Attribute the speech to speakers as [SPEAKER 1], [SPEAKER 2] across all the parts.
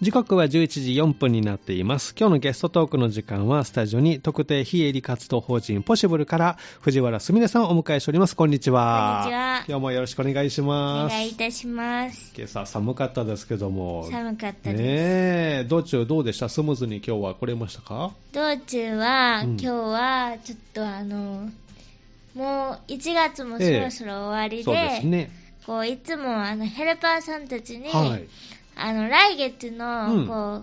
[SPEAKER 1] 時刻は11時4分になっています。今日のゲストトークの時間は、スタジオに特定非営利活動法人ポシブルから藤原すみれさんをお迎えしております。こんにちは。
[SPEAKER 2] こんにちは
[SPEAKER 1] 今日もよろしくお願いし
[SPEAKER 2] お
[SPEAKER 1] ます。
[SPEAKER 2] 願いいたします。
[SPEAKER 1] 今朝寒かったですけども。
[SPEAKER 2] 寒かったで
[SPEAKER 1] ね
[SPEAKER 2] す。
[SPEAKER 1] え、道中どうでしたスムーズに今日は来れましたか
[SPEAKER 2] 道中は、
[SPEAKER 1] うん
[SPEAKER 2] 今日は、ちょっとあの、もう1月もそろそろ終わりで、
[SPEAKER 1] そうですね。
[SPEAKER 2] こういつもあのヘルパーさんたちに、
[SPEAKER 1] はい。
[SPEAKER 2] あの来月の、
[SPEAKER 1] うん
[SPEAKER 2] こ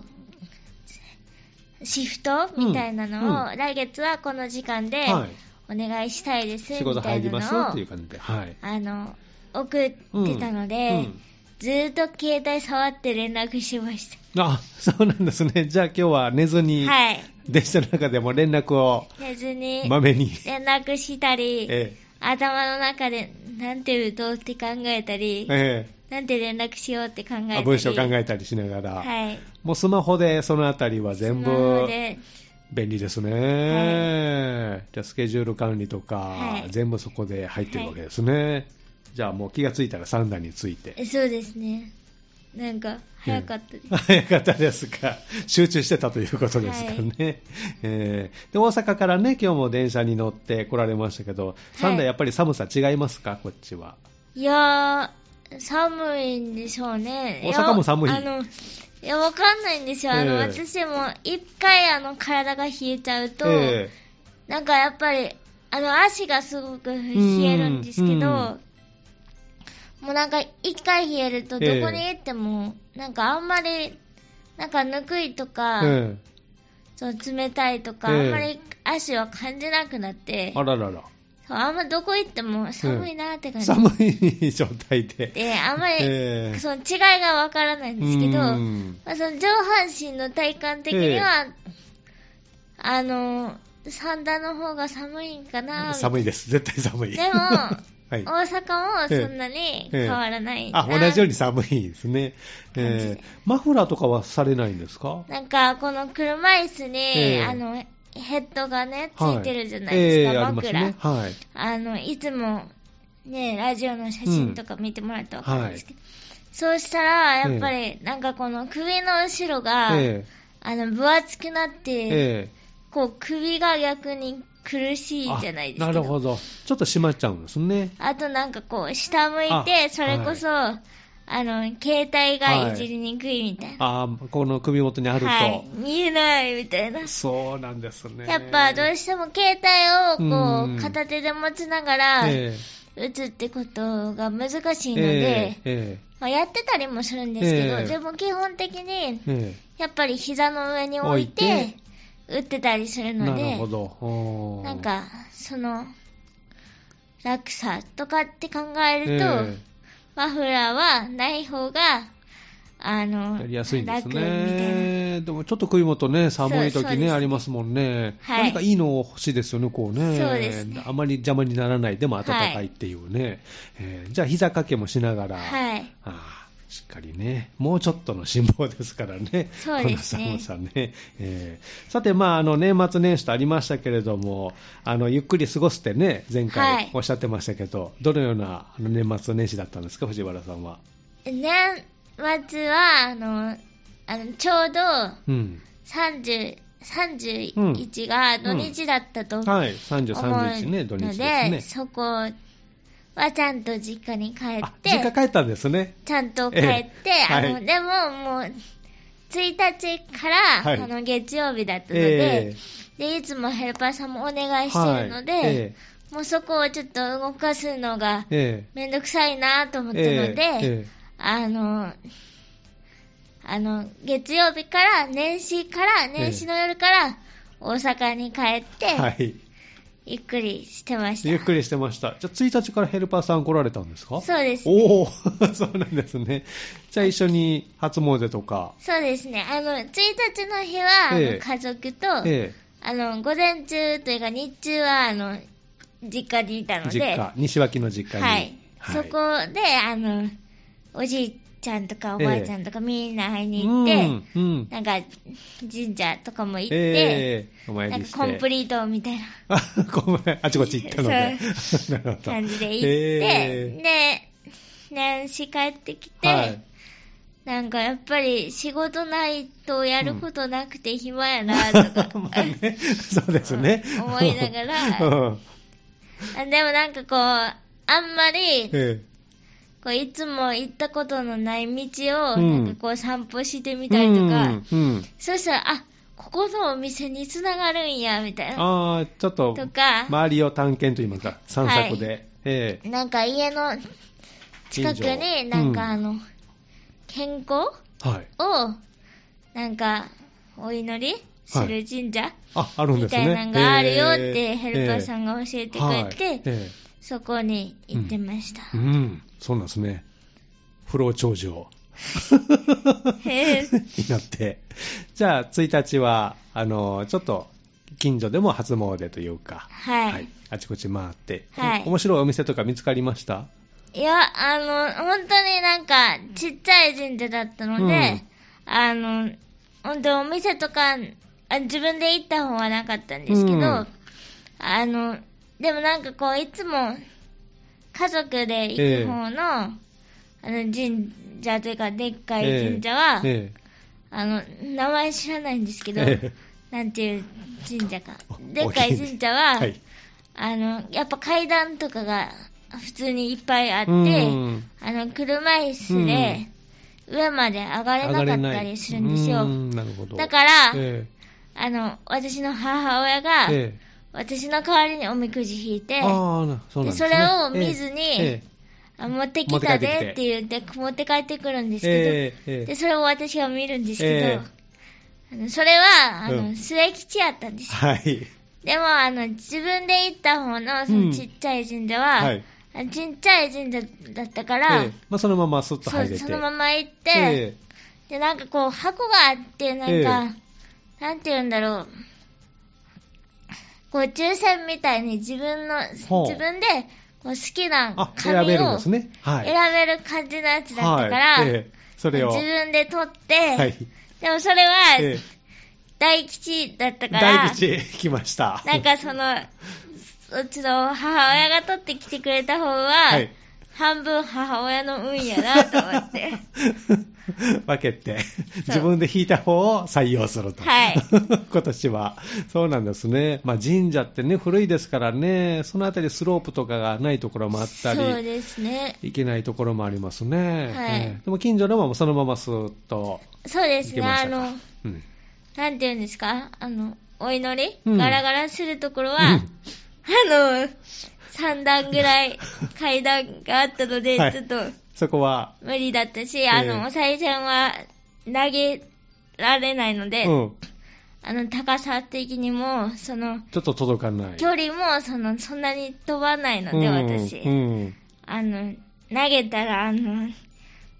[SPEAKER 2] う、シフトみたいなのを、
[SPEAKER 1] うん
[SPEAKER 2] 来月はこの時間で
[SPEAKER 1] はい。
[SPEAKER 2] お願いしたいです
[SPEAKER 1] 仕
[SPEAKER 2] み
[SPEAKER 1] 事
[SPEAKER 2] た
[SPEAKER 1] 入
[SPEAKER 2] い
[SPEAKER 1] り
[SPEAKER 2] な
[SPEAKER 1] ます
[SPEAKER 2] のを、
[SPEAKER 1] っていう感じで。はい。
[SPEAKER 2] あの、送ってたので、
[SPEAKER 1] うんうん
[SPEAKER 2] ずーっと携帯触って連絡しまし
[SPEAKER 1] あ、そうなんですね。じゃあ今日は寝ずに、
[SPEAKER 2] た。はい。
[SPEAKER 1] 電車の中でも連絡を
[SPEAKER 2] 寝ずに
[SPEAKER 1] まめに。
[SPEAKER 2] 連絡したり、
[SPEAKER 1] え
[SPEAKER 2] 頭の中でなんて打とうって考えた
[SPEAKER 1] え
[SPEAKER 2] り、
[SPEAKER 1] え
[SPEAKER 2] なんて連絡しようって考えた
[SPEAKER 1] え
[SPEAKER 2] り、
[SPEAKER 1] 文章考
[SPEAKER 2] え
[SPEAKER 1] えたりしながら、
[SPEAKER 2] はい、
[SPEAKER 1] もうスマホでそのあたりは全
[SPEAKER 2] スマホ
[SPEAKER 1] 部
[SPEAKER 2] で
[SPEAKER 1] 便利ですね、じゃあスケジュール管理とか、
[SPEAKER 2] はい
[SPEAKER 1] 全部そこで入ってるわけですね、じゃあもう気がついたら3段について
[SPEAKER 2] えそうですね、なんか早かったです。
[SPEAKER 1] うん早かったですか。集中してたということですかね。えーで、大阪からね、今日も電車に乗って来られましたけど、三
[SPEAKER 2] は
[SPEAKER 1] 台
[SPEAKER 2] い
[SPEAKER 1] やっぱり寒さ違いますか、こっちは。
[SPEAKER 2] いやー、寒いんでしょうね。
[SPEAKER 1] 大阪も寒い
[SPEAKER 2] やあのいや、わかんないんですよ。あの、
[SPEAKER 1] ええ
[SPEAKER 2] 私も一回あの体が冷えちゃうと、
[SPEAKER 1] え
[SPEAKER 2] なんかやっぱり、あの、足がすごく冷えるんですけど、
[SPEAKER 1] うんうん
[SPEAKER 2] もうなんか一回冷えるとど
[SPEAKER 1] ええ
[SPEAKER 2] こに行っても、なんかあんまり、なんかぬくいと
[SPEAKER 1] え
[SPEAKER 2] か、
[SPEAKER 1] え
[SPEAKER 2] そう冷たいとか、
[SPEAKER 1] ええ
[SPEAKER 2] あんまり足は感じなくなっ
[SPEAKER 1] え、
[SPEAKER 2] て
[SPEAKER 1] あららら。
[SPEAKER 2] そうあんまどこ行っても寒いなって感じ、
[SPEAKER 1] 寒い状態で。
[SPEAKER 2] で、あんまり、
[SPEAKER 1] ええ
[SPEAKER 2] その違いがわからないんですけど、
[SPEAKER 1] うん
[SPEAKER 2] まあ、その上半身の体感的には、あの、三段の方が寒いんかな、みたいな
[SPEAKER 1] 寒いです。絶対寒い。
[SPEAKER 2] でも
[SPEAKER 1] はい。
[SPEAKER 2] 大阪もそんなに変わらないな、
[SPEAKER 1] あ、同じように寒いですね。
[SPEAKER 2] 感じ
[SPEAKER 1] え
[SPEAKER 2] で
[SPEAKER 1] えマフラーとかはされないんですか
[SPEAKER 2] なんかこの車椅子に、
[SPEAKER 1] ええ
[SPEAKER 2] あのヘッドがねつ
[SPEAKER 1] はい
[SPEAKER 2] てるじゃないですか、
[SPEAKER 1] ええあります
[SPEAKER 2] 枕
[SPEAKER 1] ね。はい。
[SPEAKER 2] あのいつもねラジオの写真とか見てもらったら分かるんですけど、そうしたらやっぱりなんかこの首の後ろが、
[SPEAKER 1] え
[SPEAKER 2] あの分厚くなっ
[SPEAKER 1] え
[SPEAKER 2] て、
[SPEAKER 1] え
[SPEAKER 2] こう首が逆に苦し
[SPEAKER 1] え
[SPEAKER 2] いじゃないですか
[SPEAKER 1] あなるほど。ちょっと締まっちゃうんですね。
[SPEAKER 2] あとなんかこう、下向い
[SPEAKER 1] あ
[SPEAKER 2] て、それこそ、あの、携帯がいじりにくいみたいな。
[SPEAKER 1] あーこの首元にあると、
[SPEAKER 2] はい。見えないみたいな。
[SPEAKER 1] そうなんですね
[SPEAKER 2] やっぱどうしても携帯を
[SPEAKER 1] う
[SPEAKER 2] こ
[SPEAKER 1] ん
[SPEAKER 2] う、片手で持ちながら、
[SPEAKER 1] え
[SPEAKER 2] 打つってことが難し
[SPEAKER 1] え
[SPEAKER 2] いの
[SPEAKER 1] え
[SPEAKER 2] で、
[SPEAKER 1] え
[SPEAKER 2] まあ、やってたりもするんですけど、
[SPEAKER 1] ええ
[SPEAKER 2] でも基本的に、
[SPEAKER 1] ええ
[SPEAKER 2] やっぱり膝の上に置いて、
[SPEAKER 1] 置い
[SPEAKER 2] 打ってたりする
[SPEAKER 1] え
[SPEAKER 2] の
[SPEAKER 1] なる
[SPEAKER 2] で
[SPEAKER 1] ほ、どおー
[SPEAKER 2] なんか、その、落差とかって考えると、
[SPEAKER 1] え
[SPEAKER 2] マフラーはない方が、あ
[SPEAKER 1] え
[SPEAKER 2] の、
[SPEAKER 1] やりやすいんです
[SPEAKER 2] 楽みたい
[SPEAKER 1] ねでもちょっと首元ね寒い
[SPEAKER 2] そうそう
[SPEAKER 1] 時
[SPEAKER 2] です
[SPEAKER 1] ね
[SPEAKER 2] ね
[SPEAKER 1] ありますもんね、
[SPEAKER 2] はい
[SPEAKER 1] 何かいいの欲しいですよねこうね
[SPEAKER 2] そうですね
[SPEAKER 1] あまり邪魔にならないでも暖か
[SPEAKER 2] はいい
[SPEAKER 1] っていうね、ええじゃあ膝掛けもしながら、
[SPEAKER 2] な。はい。
[SPEAKER 1] ああしっかりね、もうちょっとの辛抱ですからね、
[SPEAKER 2] そうですね
[SPEAKER 1] この寒さね。えーさて、まあ、あの年末年始とありましたけれども、あのゆっくり過ごすってね、前
[SPEAKER 2] は
[SPEAKER 1] 回
[SPEAKER 2] い
[SPEAKER 1] おっしゃってましたけど、どのようなあの年末年始だったんですか、藤原さんは。
[SPEAKER 2] 年末は、あの、あのちょうど
[SPEAKER 1] うん、
[SPEAKER 2] 30、31が土日だったと思う
[SPEAKER 1] はい、30、31ね、土日
[SPEAKER 2] の
[SPEAKER 1] です
[SPEAKER 2] で、
[SPEAKER 1] ね。
[SPEAKER 2] そこはちゃんと実家に帰っ
[SPEAKER 1] あ実家
[SPEAKER 2] て、
[SPEAKER 1] 帰ったんですね。
[SPEAKER 2] ちゃんと帰っ
[SPEAKER 1] ええ
[SPEAKER 2] て、あ
[SPEAKER 1] は
[SPEAKER 2] の、
[SPEAKER 1] い
[SPEAKER 2] でももう、1日か
[SPEAKER 1] は
[SPEAKER 2] ら、
[SPEAKER 1] い
[SPEAKER 2] あの、月曜日だったの
[SPEAKER 1] え
[SPEAKER 2] で、で、いつもヘルパーさんもお願いしてるので、
[SPEAKER 1] はいえ
[SPEAKER 2] もうそこをちょっと動かすのが
[SPEAKER 1] ええ
[SPEAKER 2] めんどくさいなと思
[SPEAKER 1] え
[SPEAKER 2] ったの
[SPEAKER 1] え
[SPEAKER 2] で、
[SPEAKER 1] え
[SPEAKER 2] あの、あの、月曜日から、年始から、年始の夜から、大阪に帰っ
[SPEAKER 1] え
[SPEAKER 2] て、
[SPEAKER 1] はい、
[SPEAKER 2] ゆっくりしてました。
[SPEAKER 1] ゆっくりしてました。じゃあ、1日からヘルパーさん来られたんですか
[SPEAKER 2] そうですね。
[SPEAKER 1] おお、 そうなんですね。じゃあ一緒に初詣とか。
[SPEAKER 2] そうですね。あの、1日の日は、あの
[SPEAKER 1] ええ
[SPEAKER 2] 家族と、
[SPEAKER 1] え
[SPEAKER 2] あの、午前中というか日中は、あの、実家にいた
[SPEAKER 1] え、
[SPEAKER 2] の
[SPEAKER 1] 実
[SPEAKER 2] で、
[SPEAKER 1] 家、西脇の実家に。
[SPEAKER 2] はい、
[SPEAKER 1] はい
[SPEAKER 2] そこであのおじいちゃんとかおばあちゃんとかみんな会いに行って、
[SPEAKER 1] うん、うん。
[SPEAKER 2] なんか神社とかも行って、
[SPEAKER 1] ええ、お参
[SPEAKER 2] なん
[SPEAKER 1] り
[SPEAKER 2] か
[SPEAKER 1] して。
[SPEAKER 2] コンプリートみたいな
[SPEAKER 1] あ、コンプリあちこち行ったので。 なるほど。
[SPEAKER 2] 感じで行って、
[SPEAKER 1] え
[SPEAKER 2] で年始帰ってきて、
[SPEAKER 1] えはい。
[SPEAKER 2] なんかやっぱり仕事ないとやることなくて暇やなとか、
[SPEAKER 1] まあね、そうですね。
[SPEAKER 2] 思いながら、
[SPEAKER 1] うん
[SPEAKER 2] あでもなんかこう、あんまり、
[SPEAKER 1] え
[SPEAKER 2] こういつも行ったことのない道を、
[SPEAKER 1] うん
[SPEAKER 2] なんかこう散歩してみ
[SPEAKER 1] え
[SPEAKER 2] たりとか、
[SPEAKER 1] うんうん
[SPEAKER 2] そうしたら、あ、ここのお店につながるんや、みたいな。
[SPEAKER 1] ああ、ちょっと
[SPEAKER 2] とか、
[SPEAKER 1] 周りを探検といいますか、散策で。ええ
[SPEAKER 2] なんか家の近く
[SPEAKER 1] 近
[SPEAKER 2] に、
[SPEAKER 1] 所
[SPEAKER 2] なんかあ
[SPEAKER 1] う
[SPEAKER 2] の、健康
[SPEAKER 1] はい。
[SPEAKER 2] を、なんか、お祈りする神社、
[SPEAKER 1] あ、あるんで
[SPEAKER 2] み
[SPEAKER 1] す
[SPEAKER 2] た
[SPEAKER 1] ね。
[SPEAKER 2] いなのがあるよって、ヘルパー
[SPEAKER 1] ん
[SPEAKER 2] さんが教えてく
[SPEAKER 1] は
[SPEAKER 2] れ
[SPEAKER 1] い
[SPEAKER 2] て、
[SPEAKER 1] え
[SPEAKER 2] そこに行ってました。
[SPEAKER 1] えうん、そうなんですね。不老長寿を
[SPEAKER 2] へえ
[SPEAKER 1] になって。じゃあ、1日は、あの、ちょっと、近所でも初詣というか、
[SPEAKER 2] はい、い。
[SPEAKER 1] あちこち回って、
[SPEAKER 2] はい
[SPEAKER 1] 面白いお店とか見つかりました
[SPEAKER 2] や、あの、本当になんか、ちっちゃい神社だったので、あの、本当お店とか、あ自分で行った方はなかったんですけど、
[SPEAKER 1] うん
[SPEAKER 2] あの、でもなんかこう、いつも、家族で行く方の、あの、神社というか、でっかい神社は、
[SPEAKER 1] え
[SPEAKER 2] あの、名前知らないんですけ
[SPEAKER 1] え
[SPEAKER 2] ど、
[SPEAKER 1] ええ
[SPEAKER 2] なんていう神社か。
[SPEAKER 1] お
[SPEAKER 2] でっかい神社は、
[SPEAKER 1] はい
[SPEAKER 2] あの、やっぱ階段とかが普通にいっぱいあって、
[SPEAKER 1] うん
[SPEAKER 2] あの、車椅子で上まで上がれなかったりするんですよ。
[SPEAKER 1] 上がれないうんなるほど。
[SPEAKER 2] だから、
[SPEAKER 1] え
[SPEAKER 2] あの、私の母親
[SPEAKER 1] え
[SPEAKER 2] が、
[SPEAKER 1] ええ
[SPEAKER 2] 私の代わりにおみくじ引いて、
[SPEAKER 1] ああ、なそうなんですね。
[SPEAKER 2] でそれを見ずに
[SPEAKER 1] ええ
[SPEAKER 2] あ持ってきたでって言って、持って帰ってくるんですけど、
[SPEAKER 1] えええ
[SPEAKER 2] で、それを私が見るんですけど、
[SPEAKER 1] え
[SPEAKER 2] あのそれは、あの、
[SPEAKER 1] うん
[SPEAKER 2] 末吉やったんですよ
[SPEAKER 1] はい。
[SPEAKER 2] でも、あの、自分で行った方の、そ
[SPEAKER 1] うん
[SPEAKER 2] のちっちゃい神社は、
[SPEAKER 1] はい。
[SPEAKER 2] あのちっちゃい神社だったから、
[SPEAKER 1] ええまあ、そのままスッと
[SPEAKER 2] そ
[SPEAKER 1] 入
[SPEAKER 2] う
[SPEAKER 1] れて。
[SPEAKER 2] そのま
[SPEAKER 1] ま
[SPEAKER 2] ま行って、
[SPEAKER 1] え
[SPEAKER 2] で、なんかこう、箱があって、なんか、なんて言うんだろう。こう、抽選みたいに自分の、
[SPEAKER 1] ほう
[SPEAKER 2] 自分で、こう好き
[SPEAKER 1] え
[SPEAKER 2] な
[SPEAKER 1] あ、
[SPEAKER 2] 紙
[SPEAKER 1] 選べるん
[SPEAKER 2] を
[SPEAKER 1] ですね。はい。
[SPEAKER 2] 選べる感じのやつだったから、
[SPEAKER 1] はい。ええそれを。
[SPEAKER 2] 自分で取って、
[SPEAKER 1] はい。
[SPEAKER 2] でもそれは
[SPEAKER 1] ええ
[SPEAKER 2] 大吉だったから、
[SPEAKER 1] 大吉、来ました。
[SPEAKER 2] なんかその、うちの母親が取ってきてくれた方は、
[SPEAKER 1] はい。
[SPEAKER 2] 半分母親の運やなと 思って。
[SPEAKER 1] 分けて、自分で引いた方を採用すると。
[SPEAKER 2] はい
[SPEAKER 1] 今年は。そうなんですね。まあ神社ってね、古いですからね、そのあたりスロープとかがないところもあったり。
[SPEAKER 2] そうですね。
[SPEAKER 1] いけないところもありますね。
[SPEAKER 2] はい
[SPEAKER 1] ええでも近所のもそのままスーッと
[SPEAKER 2] そうで
[SPEAKER 1] 行
[SPEAKER 2] す
[SPEAKER 1] け
[SPEAKER 2] ね。
[SPEAKER 1] まし
[SPEAKER 2] あ
[SPEAKER 1] たか。
[SPEAKER 2] の、
[SPEAKER 1] うん
[SPEAKER 2] なんて言うんですかあの、お祈り、
[SPEAKER 1] うん
[SPEAKER 2] ガラガラするところは、
[SPEAKER 1] う
[SPEAKER 2] あ
[SPEAKER 1] ん
[SPEAKER 2] の、3段ぐらい 階段があったので、
[SPEAKER 1] はい
[SPEAKER 2] ちょっと
[SPEAKER 1] そこは、
[SPEAKER 2] 無理だったし、
[SPEAKER 1] え
[SPEAKER 2] あの、お賽銭は投げられないの
[SPEAKER 1] うん、
[SPEAKER 2] で、
[SPEAKER 1] ちょ
[SPEAKER 2] あの、高さ的にも、その、
[SPEAKER 1] っと届かない。
[SPEAKER 2] 距離も、その、そんなに飛ばないので、私。
[SPEAKER 1] うんうん
[SPEAKER 2] あの、投げたら、あの、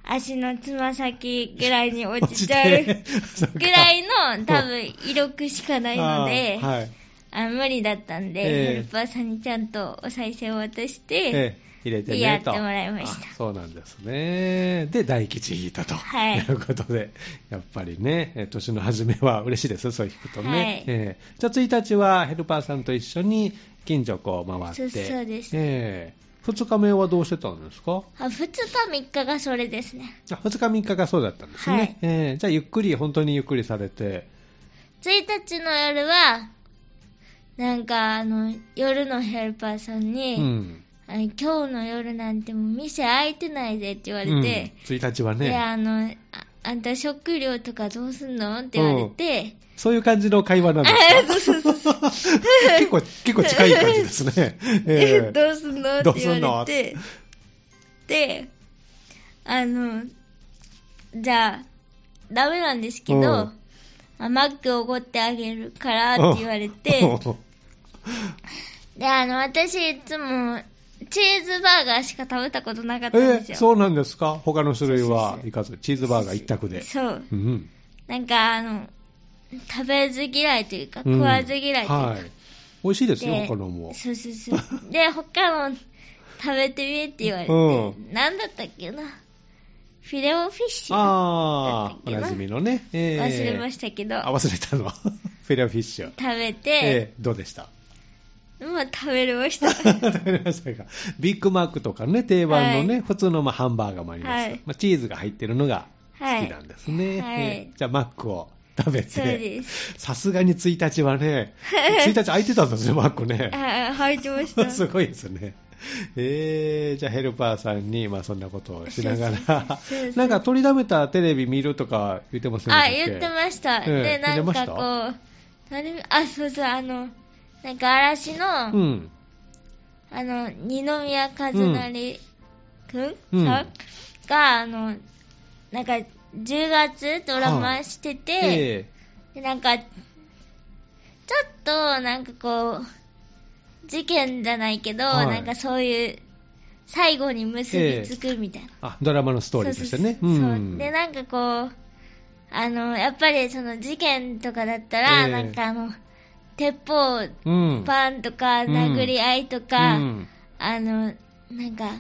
[SPEAKER 2] 足のつま先ぐらいに落ちちゃう
[SPEAKER 1] 落ちてそっか
[SPEAKER 2] ぐらい の、多分、威力しかないので、
[SPEAKER 1] あーはい
[SPEAKER 2] あ無理だったんで、
[SPEAKER 1] ええ
[SPEAKER 2] ヘルパーさんにちゃんとお賽銭を渡 して、
[SPEAKER 1] ええ入れて
[SPEAKER 2] や
[SPEAKER 1] ね
[SPEAKER 2] って
[SPEAKER 1] と。
[SPEAKER 2] もらいました
[SPEAKER 1] あそうなんですね。で、大吉引いたと。
[SPEAKER 2] はい
[SPEAKER 1] ということで、やっぱりね、え年の初めは嬉しいです、そう聞くとね。
[SPEAKER 2] はい
[SPEAKER 1] ええじゃあ、1日はヘルパーさんと一緒に近所こう回って。
[SPEAKER 2] そうそうです
[SPEAKER 1] ええ2日目はどうしてたんですか
[SPEAKER 2] あ2日3日がそれですね。
[SPEAKER 1] あ2日3日がそうだったんですね。
[SPEAKER 2] はい
[SPEAKER 1] えーじゃあ、ゆっくり、本当にゆっくりされて。
[SPEAKER 2] 1日の夜は、なんか、あの、夜のヘルパーさんに、
[SPEAKER 1] ん。
[SPEAKER 2] あの今日の夜なんてもう店開いてないでって言われて、
[SPEAKER 1] うん、1日は
[SPEAKER 2] で、
[SPEAKER 1] ね、
[SPEAKER 2] あの、ああんた食料とかどうすんのって言われて、
[SPEAKER 1] そういう感じの会話なんですか 結構、結構近い感じですね。
[SPEAKER 2] え
[SPEAKER 1] えー
[SPEAKER 2] どうすんのって言
[SPEAKER 1] ど
[SPEAKER 2] わ
[SPEAKER 1] う
[SPEAKER 2] れ
[SPEAKER 1] すん
[SPEAKER 2] て、で、あの、じゃあ、ダメなんですけ
[SPEAKER 1] うん
[SPEAKER 2] ど、あマックおごってあげるからって言われて、で、あの、私いつも、チーズバーガーしか食べたことなかっ
[SPEAKER 1] え
[SPEAKER 2] たんです
[SPEAKER 1] ー
[SPEAKER 2] よ。
[SPEAKER 1] そうなんですか他の種類
[SPEAKER 2] そう
[SPEAKER 1] は
[SPEAKER 2] そうそう
[SPEAKER 1] いかず、チーズバーガー一択で。
[SPEAKER 2] そう。
[SPEAKER 1] うん。
[SPEAKER 2] なんか、あの、食べず嫌いというか、
[SPEAKER 1] うん
[SPEAKER 2] 食わず嫌いというか
[SPEAKER 1] は、い。美味しいですよ、
[SPEAKER 2] で
[SPEAKER 1] 他のも。
[SPEAKER 2] そうそ うそう。で、他の食べてみって言われて、
[SPEAKER 1] う
[SPEAKER 2] なんだったっけな。フィレオフィッシュ
[SPEAKER 1] ああ、お
[SPEAKER 2] だっ
[SPEAKER 1] な
[SPEAKER 2] たっ
[SPEAKER 1] じ
[SPEAKER 2] け
[SPEAKER 1] みのね。えー
[SPEAKER 2] 忘れましたけど、
[SPEAKER 1] あ、忘れたの。 フィレオフィッシュ。
[SPEAKER 2] 食べて、
[SPEAKER 1] えーどうでした
[SPEAKER 2] まあ食べ ました。
[SPEAKER 1] 食べましたか。ビッグマックとかね、定番のね、普通のまあハンバーガーもあります、
[SPEAKER 2] はい
[SPEAKER 1] まあチーズが入ってるのが
[SPEAKER 2] はい
[SPEAKER 1] 好きなんですね。
[SPEAKER 2] はい
[SPEAKER 1] ねじゃあ、マックを食べ
[SPEAKER 2] そう
[SPEAKER 1] て。
[SPEAKER 2] です。
[SPEAKER 1] さすがに1日は ね、1日空いてたんですね、マックね。
[SPEAKER 2] あ、入ってまし た。
[SPEAKER 1] すごいですね。えー、じゃあヘルパーさんに、まあ、そんなことをしながら
[SPEAKER 2] そうそう、
[SPEAKER 1] なんか取りだめたテレビ見るとか言ってませんでしたっ
[SPEAKER 2] あ、
[SPEAKER 1] け
[SPEAKER 2] 言ってました。
[SPEAKER 1] ええ
[SPEAKER 2] で、な
[SPEAKER 1] 出
[SPEAKER 2] ん
[SPEAKER 1] まし
[SPEAKER 2] か
[SPEAKER 1] た
[SPEAKER 2] こう、何もあ、そうそう、あの、なんか嵐の、
[SPEAKER 1] うん。
[SPEAKER 2] あの、二宮和也くん、
[SPEAKER 1] うん
[SPEAKER 2] さんが、あの、なんか、10月ドラマしてて、
[SPEAKER 1] え
[SPEAKER 2] でなんか、ちょっと、なんかこう、事件じゃないけど、
[SPEAKER 1] はい
[SPEAKER 2] なんかそういう、最後に結びつくみたいな。
[SPEAKER 1] あ、ドラマのストーリーとしてね。
[SPEAKER 2] そうそうそうそ
[SPEAKER 1] ん
[SPEAKER 2] うで、なんかこう、あの、やっぱりその事件とかだったら、
[SPEAKER 1] ええ
[SPEAKER 2] なんかあの、鉄砲、
[SPEAKER 1] うん。
[SPEAKER 2] パンとか、
[SPEAKER 1] うん
[SPEAKER 2] 殴り合いとか、
[SPEAKER 1] うん
[SPEAKER 2] あの、なんか、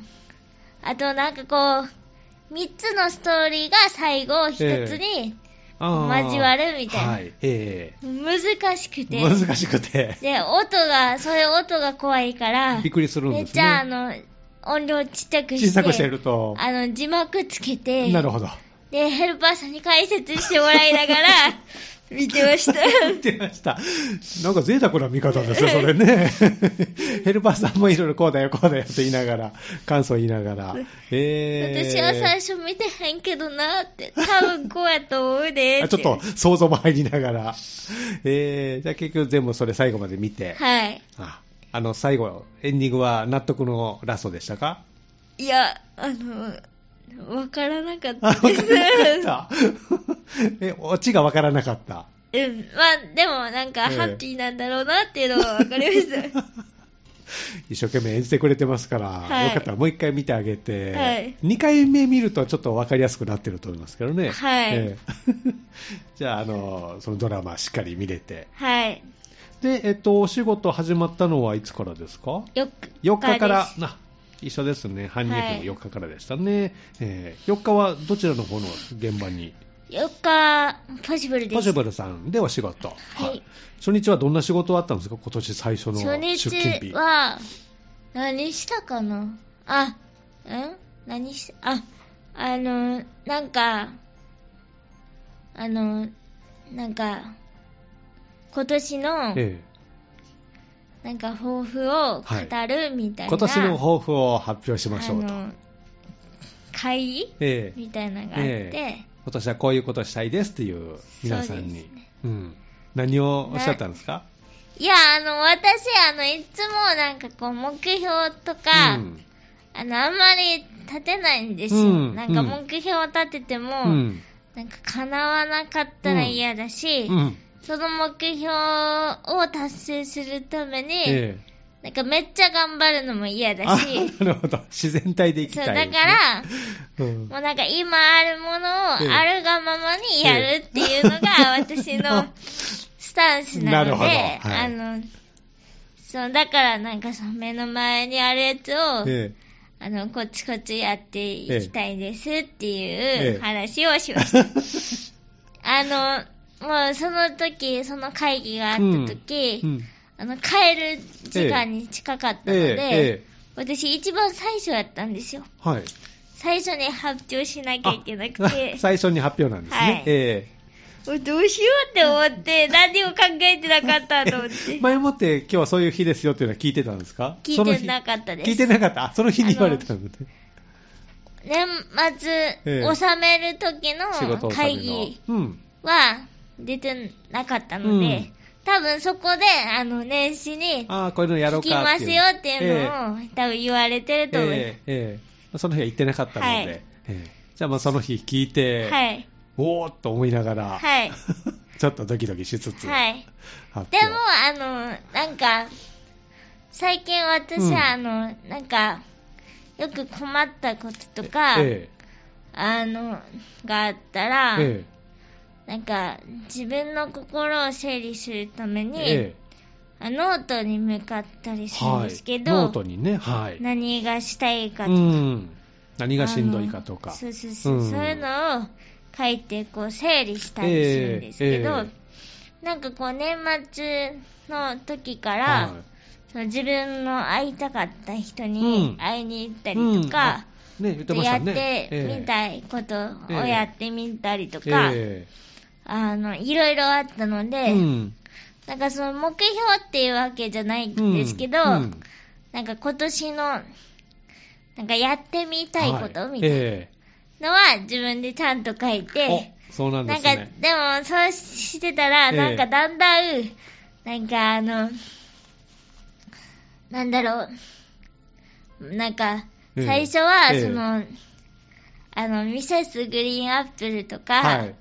[SPEAKER 2] あとなんかこう、三つのストーリーが最後一つに
[SPEAKER 1] あー
[SPEAKER 2] 交わるみたいな
[SPEAKER 1] はい。え
[SPEAKER 2] 難しく
[SPEAKER 1] え
[SPEAKER 2] て、
[SPEAKER 1] 難しくて。
[SPEAKER 2] で、音が、そういう音が怖いから、
[SPEAKER 1] びっくりするん
[SPEAKER 2] め
[SPEAKER 1] で
[SPEAKER 2] っ
[SPEAKER 1] す
[SPEAKER 2] ちゃあ
[SPEAKER 1] ね。
[SPEAKER 2] の、音量ちっちゃくして、
[SPEAKER 1] 小さくしてると。
[SPEAKER 2] あの、字幕つけて、
[SPEAKER 1] なるほど。
[SPEAKER 2] で、ヘルパーさんに解説してもらい ながら、見てました。
[SPEAKER 1] 見てました。なんか贅沢な見方ですね、それね。 ヘルパーさんもいろいろこうだよ、こうだよって言いながら、感想言いながら。えー、
[SPEAKER 2] 私は最初見てへんけどなって、多分こうやと思うで
[SPEAKER 1] あ
[SPEAKER 2] って
[SPEAKER 1] ちょっと想像も入りながら。えー、じゃあ結局全部それ最後まで見て。
[SPEAKER 2] はい。
[SPEAKER 1] ああの、最後、エンディングは納得のラストでした か
[SPEAKER 2] いや、あの、わからなかっ
[SPEAKER 1] あ、
[SPEAKER 2] た
[SPEAKER 1] わからな
[SPEAKER 2] です。
[SPEAKER 1] かった。え、オチがわからなかった。
[SPEAKER 2] うん、まあ、でもなんか、
[SPEAKER 1] ええ
[SPEAKER 2] ハッピーなんだろうなっていうのはわかり ました。
[SPEAKER 1] 一生懸命演じてくれてますから、
[SPEAKER 2] はい
[SPEAKER 1] よかったらもう一回見てあげて、
[SPEAKER 2] はい
[SPEAKER 1] 2回目見るとちょっと分かりやすくなってると思いますけどね、
[SPEAKER 2] はい
[SPEAKER 1] ええ じゃああの、そのドラマしっかり見れて、
[SPEAKER 2] はい。
[SPEAKER 1] で、えっと、お仕事始まったのはいつからですか
[SPEAKER 2] よく、
[SPEAKER 1] 4日から
[SPEAKER 2] です、
[SPEAKER 1] あ一緒ですね、半日
[SPEAKER 2] はい
[SPEAKER 1] も4日からでしたね、ええ4日はどちらの方の現場に、
[SPEAKER 2] 4日、ポジブルです。
[SPEAKER 1] ポジブルさんでお仕事、
[SPEAKER 2] い
[SPEAKER 1] 初日はどんな仕事あったんですか、今年最初の
[SPEAKER 2] 初
[SPEAKER 1] 出勤
[SPEAKER 2] 日
[SPEAKER 1] 日。
[SPEAKER 2] は、何したかなあ、うん何した、あ、あの、なんか、あの、なんか、今年の、
[SPEAKER 1] ええ
[SPEAKER 2] なんか抱負を語るみたいな、
[SPEAKER 1] 今年の抱負を発表しましょうと
[SPEAKER 2] あ。の会議
[SPEAKER 1] ええ
[SPEAKER 2] みたいなのがあって、
[SPEAKER 1] え今年はこういうことしたいですっていう皆さん
[SPEAKER 2] そう
[SPEAKER 1] に。
[SPEAKER 2] です
[SPEAKER 1] うん。何をおっしゃったんですか
[SPEAKER 2] いや、あの、私、あの、いつもなんかこう、目標とか、
[SPEAKER 1] うん
[SPEAKER 2] あの、あんまり立てないんですよ。
[SPEAKER 1] うん
[SPEAKER 2] なんか
[SPEAKER 1] うん
[SPEAKER 2] 目標を立てても、
[SPEAKER 1] うん。
[SPEAKER 2] なんか叶わなかったら嫌だし、
[SPEAKER 1] うん。
[SPEAKER 2] その目標を達成するために、
[SPEAKER 1] ええ
[SPEAKER 2] なんかめっちゃ頑張るのも嫌だ
[SPEAKER 1] あ
[SPEAKER 2] し、
[SPEAKER 1] なるほど。自然体でいき
[SPEAKER 2] そ
[SPEAKER 1] た
[SPEAKER 2] う、
[SPEAKER 1] い
[SPEAKER 2] だ
[SPEAKER 1] です
[SPEAKER 2] か
[SPEAKER 1] ね。
[SPEAKER 2] ら、
[SPEAKER 1] うん、
[SPEAKER 2] もうなんか今あるもの
[SPEAKER 1] ええ
[SPEAKER 2] をあるがままにやるっていうの が私のスタンスなので、
[SPEAKER 1] なるほどはい
[SPEAKER 2] あの、そう、だからなんかその目の前にあるやつを、
[SPEAKER 1] ええ
[SPEAKER 2] あの、こっちこっちやっていきたいですって
[SPEAKER 1] え
[SPEAKER 2] い
[SPEAKER 1] え
[SPEAKER 2] う話を し ました。あの、もうその時、その会議があった時、
[SPEAKER 1] うん
[SPEAKER 2] あの、帰る時間に近かったので、
[SPEAKER 1] ええええ
[SPEAKER 2] 私一番最初やったんですよ。
[SPEAKER 1] はい。
[SPEAKER 2] 最初に発表しなきゃいけなくて
[SPEAKER 1] あ、 最初に発表なんですね。
[SPEAKER 2] はい
[SPEAKER 1] え
[SPEAKER 2] もうどうしようって思って、何を考えてなかったと思っ
[SPEAKER 1] え
[SPEAKER 2] て、
[SPEAKER 1] 前もって今日はそういう日ですよっていうのは聞いてたんですか
[SPEAKER 2] 聞いてなかった
[SPEAKER 1] その
[SPEAKER 2] で
[SPEAKER 1] 日聞いて
[SPEAKER 2] す。
[SPEAKER 1] なかった。あその日に言われたんで、ね。
[SPEAKER 2] 年末、
[SPEAKER 1] ええ
[SPEAKER 2] 納める時
[SPEAKER 1] 仕事
[SPEAKER 2] の
[SPEAKER 1] 納め
[SPEAKER 2] 会
[SPEAKER 1] の
[SPEAKER 2] 議。
[SPEAKER 1] うん。
[SPEAKER 2] は出てなかったので、
[SPEAKER 1] うん
[SPEAKER 2] 多分そこで、あの、年始に、
[SPEAKER 1] ああ、こういうのやろ
[SPEAKER 2] 聞
[SPEAKER 1] うか
[SPEAKER 2] きますよっていう
[SPEAKER 1] ええ
[SPEAKER 2] のを、多分言われてると思います。
[SPEAKER 1] ええええその日は行ってなかったので、
[SPEAKER 2] はい
[SPEAKER 1] ええじゃあまあその日聞いて、
[SPEAKER 2] はい。
[SPEAKER 1] おーっと思いながら、
[SPEAKER 2] はい。
[SPEAKER 1] ちょっとドキドキしつつ、
[SPEAKER 2] はい。
[SPEAKER 1] 発表
[SPEAKER 2] でも、あの、なんか、最近私
[SPEAKER 1] うん
[SPEAKER 2] は、あの、なんか、よく困ったこととか、
[SPEAKER 1] え
[SPEAKER 2] あの、があった
[SPEAKER 1] え
[SPEAKER 2] ら、
[SPEAKER 1] え
[SPEAKER 2] なんか、自分の心を整理するため
[SPEAKER 1] え
[SPEAKER 2] に、
[SPEAKER 1] え
[SPEAKER 2] あノートに向かったりするん
[SPEAKER 1] は
[SPEAKER 2] ですけ
[SPEAKER 1] い、
[SPEAKER 2] ど、
[SPEAKER 1] ノートにね、はい、
[SPEAKER 2] 何がしたいかと
[SPEAKER 1] う
[SPEAKER 2] か、
[SPEAKER 1] ん、何がしんどいかと
[SPEAKER 2] あ
[SPEAKER 1] か
[SPEAKER 2] の、そうそうそう、
[SPEAKER 1] うん
[SPEAKER 2] そういうのを書いてこう整理したりするんですけど、
[SPEAKER 1] えええ
[SPEAKER 2] なんかこう年末の時から、
[SPEAKER 1] はい
[SPEAKER 2] その自分の会いたかった人
[SPEAKER 1] うん
[SPEAKER 2] に会いに行ったりと
[SPEAKER 1] うんあ
[SPEAKER 2] か、
[SPEAKER 1] ね、言ってましたね。
[SPEAKER 2] でやってみ
[SPEAKER 1] い
[SPEAKER 2] たいことをやってみたりと
[SPEAKER 1] と
[SPEAKER 2] か、あの、いろいろあったので、
[SPEAKER 1] うん、
[SPEAKER 2] なんかその目標っていうわけじゃないんですけど、
[SPEAKER 1] うん
[SPEAKER 2] なんか今年の、なんかやってみたいこと、
[SPEAKER 1] は
[SPEAKER 2] みたい
[SPEAKER 1] え
[SPEAKER 2] なのは自分でちゃんと書い
[SPEAKER 1] え
[SPEAKER 2] て、
[SPEAKER 1] おそうなんで
[SPEAKER 2] なん
[SPEAKER 1] す
[SPEAKER 2] か、
[SPEAKER 1] ね。
[SPEAKER 2] でもそうしてたら、
[SPEAKER 1] ええ
[SPEAKER 2] なんかだんだん、なんかあの、なんだろう、なんか、
[SPEAKER 1] ええ
[SPEAKER 2] 最初は、
[SPEAKER 1] ええ
[SPEAKER 2] その、あの、ミセスグリーンアップルとか、
[SPEAKER 1] はい、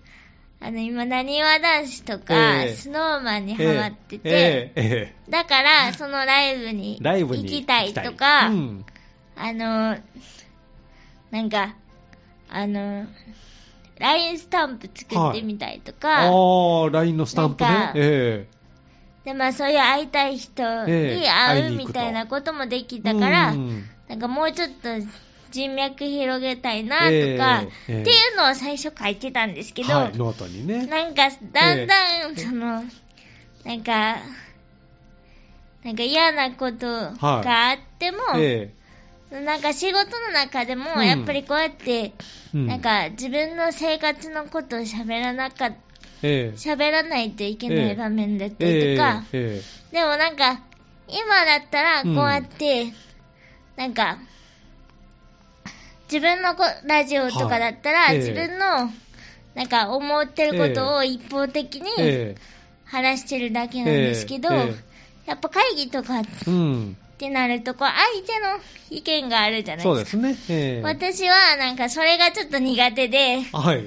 [SPEAKER 2] あの、今、なにわ男子とか、
[SPEAKER 1] ええ
[SPEAKER 2] スノーマンにハマってて、
[SPEAKER 1] ええええ
[SPEAKER 2] だから、そのライブに
[SPEAKER 1] ライブに
[SPEAKER 2] 行きたいとか、
[SPEAKER 1] うん
[SPEAKER 2] あの、なんか、あの、LINE スタンプ作ってみたいと
[SPEAKER 1] あ
[SPEAKER 2] か、
[SPEAKER 1] ー LINE のスタンプね
[SPEAKER 2] なんか、
[SPEAKER 1] え
[SPEAKER 2] で、まあそういう会いたい人
[SPEAKER 1] ええ
[SPEAKER 2] に会
[SPEAKER 1] 会いうに行くと
[SPEAKER 2] みたいなこともで
[SPEAKER 1] え
[SPEAKER 2] きたから、
[SPEAKER 1] うん
[SPEAKER 2] なんかもうちょっと人脈広げたいなとか、
[SPEAKER 1] ええ
[SPEAKER 2] っていうのを最初書いてたんですけど、
[SPEAKER 1] はい、ノートにね、
[SPEAKER 2] なんか、だんだん、その、なんか、なんか嫌なことがあっても、
[SPEAKER 1] え
[SPEAKER 2] なんか仕事の中で
[SPEAKER 1] う
[SPEAKER 2] も、
[SPEAKER 1] ん
[SPEAKER 2] やっぱりこうやって、
[SPEAKER 1] えう
[SPEAKER 2] なんか自分の生活のことを喋らなかっ
[SPEAKER 1] ええ
[SPEAKER 2] 喋らないといけな
[SPEAKER 1] ええ
[SPEAKER 2] い場面だった
[SPEAKER 1] え
[SPEAKER 2] り
[SPEAKER 1] え
[SPEAKER 2] とか、
[SPEAKER 1] え
[SPEAKER 2] でもなんか、今だったら、こうやって、なんか、自分のこラジオとかだったら、
[SPEAKER 1] はいええ
[SPEAKER 2] 自分の、なんか思ってることを一方的
[SPEAKER 1] え
[SPEAKER 2] に
[SPEAKER 1] え
[SPEAKER 2] 話してるだけなんですけど、
[SPEAKER 1] えええ
[SPEAKER 2] やっぱ会議とかっ
[SPEAKER 1] えうん、
[SPEAKER 2] てなると、こう、相手の意見があるじゃないですか
[SPEAKER 1] そうですね、ええ
[SPEAKER 2] 私はなんかそれがちょっと苦手で、
[SPEAKER 1] はい、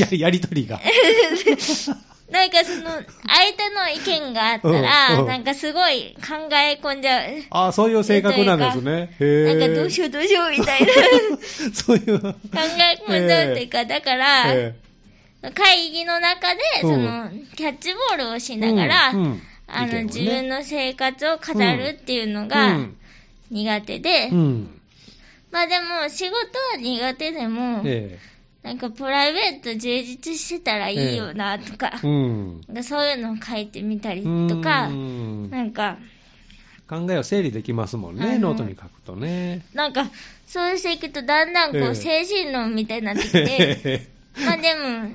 [SPEAKER 1] ややりとりが、
[SPEAKER 2] なんかその相手の意見があったら、
[SPEAKER 1] うんうん
[SPEAKER 2] なんかすごい考え込んじゃう。
[SPEAKER 1] あーそういう性格なんですね、へ
[SPEAKER 2] な
[SPEAKER 1] え
[SPEAKER 2] んかどうしようどうしようみ たいな
[SPEAKER 1] そういう、 考
[SPEAKER 2] 考え込んじゃうっていうか、だから、
[SPEAKER 1] え
[SPEAKER 2] 会議の中で、
[SPEAKER 1] うん
[SPEAKER 2] その、キャッチボールをしながら、
[SPEAKER 1] うんうん
[SPEAKER 2] あ
[SPEAKER 1] 意見を
[SPEAKER 2] の、
[SPEAKER 1] ね
[SPEAKER 2] 自分の生活を語るっていうのが
[SPEAKER 1] うん
[SPEAKER 2] 苦手で、
[SPEAKER 1] うん
[SPEAKER 2] まあでも、仕事は苦手でも、
[SPEAKER 1] え
[SPEAKER 2] なんかプライベート充実してたらいいよな、とか
[SPEAKER 1] え、うん、
[SPEAKER 2] なんかそういうのを書いてみたりとか
[SPEAKER 1] う、ん
[SPEAKER 2] なんか、
[SPEAKER 1] 考えを整理できますもん
[SPEAKER 2] あ
[SPEAKER 1] ね、
[SPEAKER 2] の
[SPEAKER 1] ノートに書くとね。
[SPEAKER 2] なんか、そうしていくとだんだんこ
[SPEAKER 1] ええ
[SPEAKER 2] う、精神論みたいになってきて、 まあでも、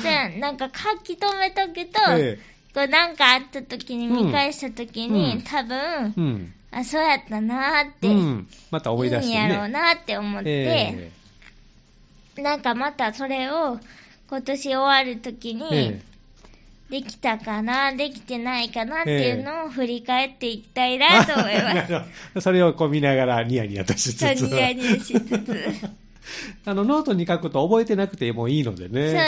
[SPEAKER 2] そうやなんか書き留めとくと、
[SPEAKER 1] え
[SPEAKER 2] こうなんかあった時に
[SPEAKER 1] うん
[SPEAKER 2] 見返した時
[SPEAKER 1] う
[SPEAKER 2] に、
[SPEAKER 1] ん
[SPEAKER 2] 多分
[SPEAKER 1] え、うん
[SPEAKER 2] あ、そうやったなーって、
[SPEAKER 1] うん、また思い出
[SPEAKER 2] い
[SPEAKER 1] し
[SPEAKER 2] いん
[SPEAKER 1] て
[SPEAKER 2] やろう
[SPEAKER 1] ね。
[SPEAKER 2] なって思って、
[SPEAKER 1] え
[SPEAKER 2] なんかまたそれを今年終わる時
[SPEAKER 1] ええ
[SPEAKER 2] に、できたかな、できてないかなっていうのを振り返っていきたい
[SPEAKER 1] え
[SPEAKER 2] なと思いま
[SPEAKER 1] な
[SPEAKER 2] す。
[SPEAKER 1] るほどそれをこう見ながらニヤニヤとしつ
[SPEAKER 2] そう
[SPEAKER 1] つ。
[SPEAKER 2] ニヤニヤしつつ。
[SPEAKER 1] あの、ノートに書くと覚えてなくてもいいのでね。
[SPEAKER 2] そうですね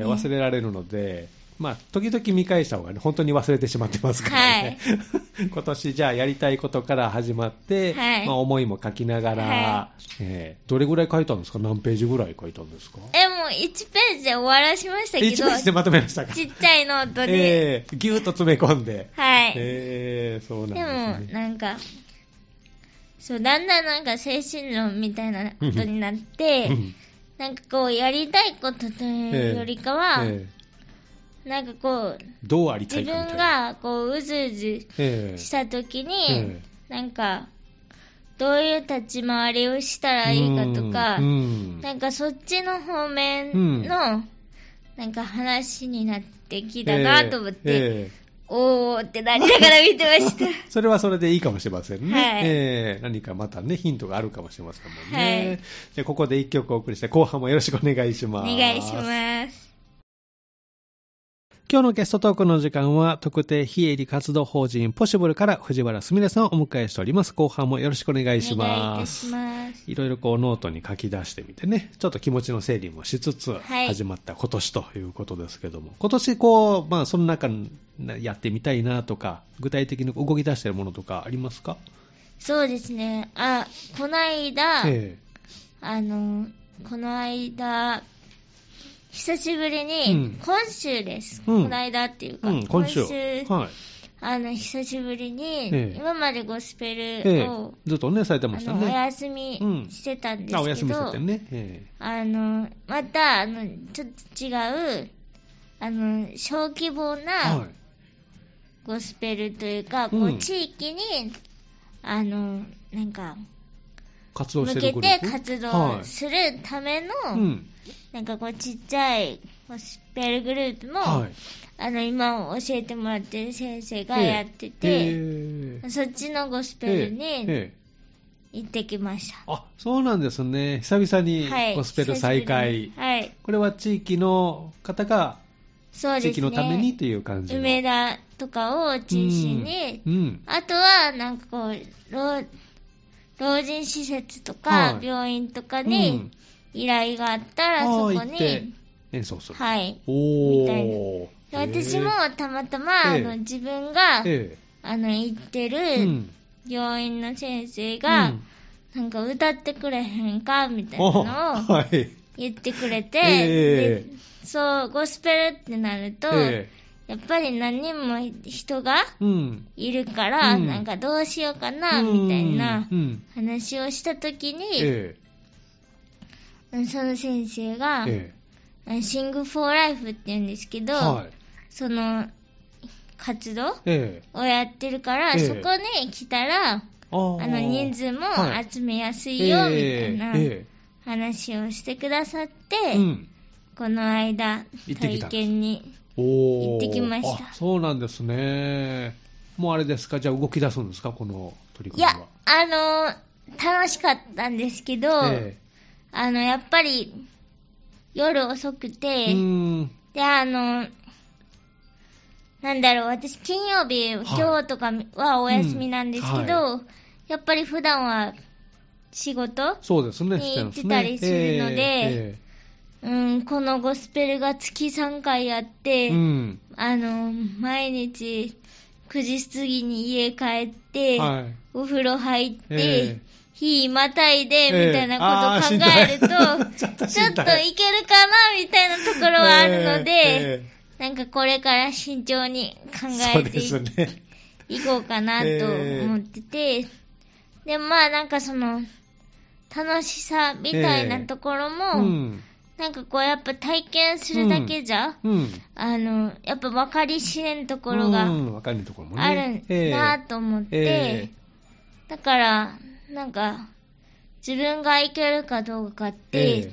[SPEAKER 1] ええ忘れられるので。まあ、時々見返した方がね、本当に忘れてしまってますからね。 今年じゃあやりたいことから始まって、
[SPEAKER 2] はい
[SPEAKER 1] まあ、思いも書きながら、
[SPEAKER 2] は
[SPEAKER 1] ええどれぐらい書いたんですか何ページぐらい書いたんですか
[SPEAKER 2] え、もう1ページで終わらしましたけ
[SPEAKER 1] 一ページで
[SPEAKER 2] ど、
[SPEAKER 1] まとめましたか
[SPEAKER 2] ちっちゃいノートで。
[SPEAKER 1] ええぎゅーっと詰め込んで。
[SPEAKER 2] はい。
[SPEAKER 1] ええそう
[SPEAKER 2] で
[SPEAKER 1] なんです
[SPEAKER 2] も、
[SPEAKER 1] ね。
[SPEAKER 2] なんか、そう、だんだんなんか精神論みたいなことになって
[SPEAKER 1] う、ん
[SPEAKER 2] なんかこう、やりたいことというよりかは、
[SPEAKER 1] ええ
[SPEAKER 2] なんかこう、
[SPEAKER 1] どうありた
[SPEAKER 2] 自
[SPEAKER 1] いかみたいな。
[SPEAKER 2] 分がこう、うずうず
[SPEAKER 1] ええ
[SPEAKER 2] したときに、
[SPEAKER 1] ええ
[SPEAKER 2] なんか、どういう立ち回りをしたらいいかとか
[SPEAKER 1] う、ん
[SPEAKER 2] なんかそっちの方面の、なんか話になってきたなと思って、
[SPEAKER 1] えええ
[SPEAKER 2] おーってなりながら見てました。
[SPEAKER 1] えそれはそれでいいかもしれませんね。
[SPEAKER 2] はい
[SPEAKER 1] ええ何かまたね、ヒントがあるかもしれませんもんね。
[SPEAKER 2] はい
[SPEAKER 1] じゃあここで一曲お送りして、後半もよろしくお願いし
[SPEAKER 2] お
[SPEAKER 1] ます。
[SPEAKER 2] 願いします。
[SPEAKER 1] 今日のゲストトークの時間は、特定非営利活動法人ポシブルから藤原すみれさんをお迎えしております。後半もよろしくお願いし
[SPEAKER 2] お願いい
[SPEAKER 1] ま
[SPEAKER 2] た
[SPEAKER 1] す
[SPEAKER 2] し。ます。
[SPEAKER 1] いろいろこうノートに書き出してみてね、ちょっと気持ちの整理もしつつ、
[SPEAKER 2] はい
[SPEAKER 1] 始まった今年ということですけども、今年こう、まあその中にやってみたいなとか、具体的に動き出してるものとかありますか
[SPEAKER 2] そうですね。あ、この間、
[SPEAKER 1] え
[SPEAKER 2] あの、この間、久しぶり
[SPEAKER 1] うん
[SPEAKER 2] に、今週です。
[SPEAKER 1] うん
[SPEAKER 2] この間っていう
[SPEAKER 1] え
[SPEAKER 2] か、
[SPEAKER 1] うん、今週。はい。
[SPEAKER 2] あの、久しぶりに、
[SPEAKER 1] ええ
[SPEAKER 2] 今までゴスペ
[SPEAKER 1] え
[SPEAKER 2] ル
[SPEAKER 1] え
[SPEAKER 2] を、
[SPEAKER 1] ずっとね、されてま
[SPEAKER 2] あ
[SPEAKER 1] した
[SPEAKER 2] の、お
[SPEAKER 1] ね。
[SPEAKER 2] 休み
[SPEAKER 1] うん
[SPEAKER 2] してたんですけど、
[SPEAKER 1] あ、お休みされてね。え
[SPEAKER 2] あの、また、あの、ちょっと違う、あの、小規模
[SPEAKER 1] え
[SPEAKER 2] な、
[SPEAKER 1] はい。
[SPEAKER 2] ゴスペルというか、
[SPEAKER 1] うん
[SPEAKER 2] こう地域に、あの、なんか、
[SPEAKER 1] 活動
[SPEAKER 2] 向
[SPEAKER 1] して
[SPEAKER 2] け
[SPEAKER 1] るグルー
[SPEAKER 2] て
[SPEAKER 1] プ
[SPEAKER 2] 活
[SPEAKER 1] は
[SPEAKER 2] 動
[SPEAKER 1] い
[SPEAKER 2] するための、
[SPEAKER 1] うん
[SPEAKER 2] なんかこうちっちゃいゴスペルグループも、
[SPEAKER 1] はい、
[SPEAKER 2] あの今教えてもらってる先生がやってて、
[SPEAKER 1] えー
[SPEAKER 2] そっちのゴス
[SPEAKER 1] え
[SPEAKER 2] ペル
[SPEAKER 1] え
[SPEAKER 2] に
[SPEAKER 1] ええ
[SPEAKER 2] 行ってきました。
[SPEAKER 1] あそうなんですね久々に
[SPEAKER 2] はい。
[SPEAKER 1] ゴスペル再開、
[SPEAKER 2] はい。
[SPEAKER 1] これは地域の方が
[SPEAKER 2] そうです
[SPEAKER 1] 地
[SPEAKER 2] ね。
[SPEAKER 1] 域のためにっていう感じの
[SPEAKER 2] 梅田とかを中心に、
[SPEAKER 1] うんうん
[SPEAKER 2] あとはなんかこう老老人施設とか、
[SPEAKER 1] はい
[SPEAKER 2] 病院とか
[SPEAKER 1] う
[SPEAKER 2] に
[SPEAKER 1] ん
[SPEAKER 2] 依頼があったら、
[SPEAKER 1] あ
[SPEAKER 2] そ
[SPEAKER 1] ー
[SPEAKER 2] こ
[SPEAKER 1] 行って
[SPEAKER 2] に、
[SPEAKER 1] 演奏する、
[SPEAKER 2] はい。
[SPEAKER 1] お
[SPEAKER 2] みたいな
[SPEAKER 1] お
[SPEAKER 2] で私もたまたま、
[SPEAKER 1] ええ
[SPEAKER 2] あの自分が、
[SPEAKER 1] え
[SPEAKER 2] あの行って
[SPEAKER 1] え
[SPEAKER 2] る病院の先生が、
[SPEAKER 1] うん
[SPEAKER 2] なんか歌ってくれへんかみたいな
[SPEAKER 1] お
[SPEAKER 2] のを
[SPEAKER 1] はい
[SPEAKER 2] 言ってくれて、
[SPEAKER 1] ええ
[SPEAKER 2] でそう、ゴスペルってなると、
[SPEAKER 1] ええ
[SPEAKER 2] やっぱり何人も人が
[SPEAKER 1] うん
[SPEAKER 2] いるから、
[SPEAKER 1] うん
[SPEAKER 2] なんかどうしようかな、みたいな
[SPEAKER 1] うんうん
[SPEAKER 2] 話をしたときに、
[SPEAKER 1] え
[SPEAKER 2] その先生
[SPEAKER 1] え
[SPEAKER 2] が、
[SPEAKER 1] え
[SPEAKER 2] シング・フォー・ライフって言うんですけ
[SPEAKER 1] え
[SPEAKER 2] ど、
[SPEAKER 1] はい
[SPEAKER 2] その活動
[SPEAKER 1] ええ
[SPEAKER 2] をやってるか
[SPEAKER 1] え
[SPEAKER 2] ら、
[SPEAKER 1] え
[SPEAKER 2] そこに来たら、
[SPEAKER 1] あー
[SPEAKER 2] あの人数も
[SPEAKER 1] はい
[SPEAKER 2] 集めやすいよ、みたいな
[SPEAKER 1] ええ
[SPEAKER 2] 話をしてくださって、
[SPEAKER 1] ええうん
[SPEAKER 2] この間
[SPEAKER 1] 行ってき
[SPEAKER 2] 体
[SPEAKER 1] た
[SPEAKER 2] 験に
[SPEAKER 1] おー
[SPEAKER 2] 行ってきました
[SPEAKER 1] あそうなんですねもうあれですかじゃあ動き出すんですかこの取り
[SPEAKER 2] い
[SPEAKER 1] 組
[SPEAKER 2] や
[SPEAKER 1] みは
[SPEAKER 2] あの楽しかったんですけど、
[SPEAKER 1] え
[SPEAKER 2] あのやっぱり夜遅く
[SPEAKER 1] え
[SPEAKER 2] て、
[SPEAKER 1] うん
[SPEAKER 2] であのなんだろう私金曜日、
[SPEAKER 1] はい
[SPEAKER 2] 今日とかはお休みなんですけど、
[SPEAKER 1] う
[SPEAKER 2] やっぱり普段は仕事
[SPEAKER 1] そうですね
[SPEAKER 2] に
[SPEAKER 1] してますね
[SPEAKER 2] 行ってたりするので
[SPEAKER 1] ええ
[SPEAKER 2] うん、このゴスペルが月3回あっ
[SPEAKER 1] え
[SPEAKER 2] て、
[SPEAKER 1] えうん
[SPEAKER 2] あの毎日9時過ぎに家帰って、
[SPEAKER 1] はい
[SPEAKER 2] お風呂入って、
[SPEAKER 1] ええ
[SPEAKER 2] 日またいで、
[SPEAKER 1] ええ
[SPEAKER 2] みたいなことを考えると、
[SPEAKER 1] あーしんどいちょっと
[SPEAKER 2] ちょ
[SPEAKER 1] し
[SPEAKER 2] っ
[SPEAKER 1] ん
[SPEAKER 2] と
[SPEAKER 1] どい
[SPEAKER 2] いけるかなみたいなところはあるので、
[SPEAKER 1] ええ
[SPEAKER 2] なんかこれから慎重に考
[SPEAKER 1] そ
[SPEAKER 2] え
[SPEAKER 1] う
[SPEAKER 2] て
[SPEAKER 1] で
[SPEAKER 2] い,、
[SPEAKER 1] すね
[SPEAKER 2] こうかなと思ってて、で、まあなんかその、楽しさみたいなところ
[SPEAKER 1] う
[SPEAKER 2] も、
[SPEAKER 1] ん
[SPEAKER 2] なんかこうやっぱ体験するだけじゃ、
[SPEAKER 1] うん
[SPEAKER 2] あの、やっぱ分かり知れんところが
[SPEAKER 1] うんわかるところもね
[SPEAKER 2] ある
[SPEAKER 1] ええ
[SPEAKER 2] なと思って、
[SPEAKER 1] え
[SPEAKER 2] だから、なんか、自分が行けるかどうかっ
[SPEAKER 1] え
[SPEAKER 2] て、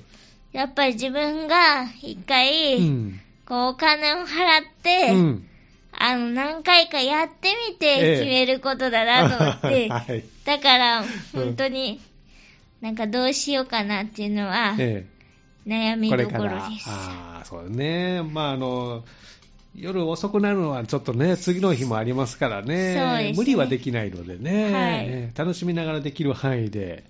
[SPEAKER 2] やっぱり自分が一回、
[SPEAKER 1] うん
[SPEAKER 2] こう、お金を払って、
[SPEAKER 1] うん
[SPEAKER 2] あの、何回かやってみ
[SPEAKER 1] ええ
[SPEAKER 2] て決めることだなと思っ て、
[SPEAKER 1] はい
[SPEAKER 2] だから、本当に、なんかどうしようかなっていうのは、
[SPEAKER 1] え
[SPEAKER 2] 悩
[SPEAKER 1] え
[SPEAKER 2] み
[SPEAKER 1] こ
[SPEAKER 2] ど
[SPEAKER 1] れ
[SPEAKER 2] こ
[SPEAKER 1] か
[SPEAKER 2] ろ
[SPEAKER 1] ら
[SPEAKER 2] です。
[SPEAKER 1] ああそうねまああの夜遅くなるのはちょっとね次の日もありますからね
[SPEAKER 2] そうですね
[SPEAKER 1] 無理はできないのでね、
[SPEAKER 2] はい
[SPEAKER 1] ええ楽しみながらできる範囲で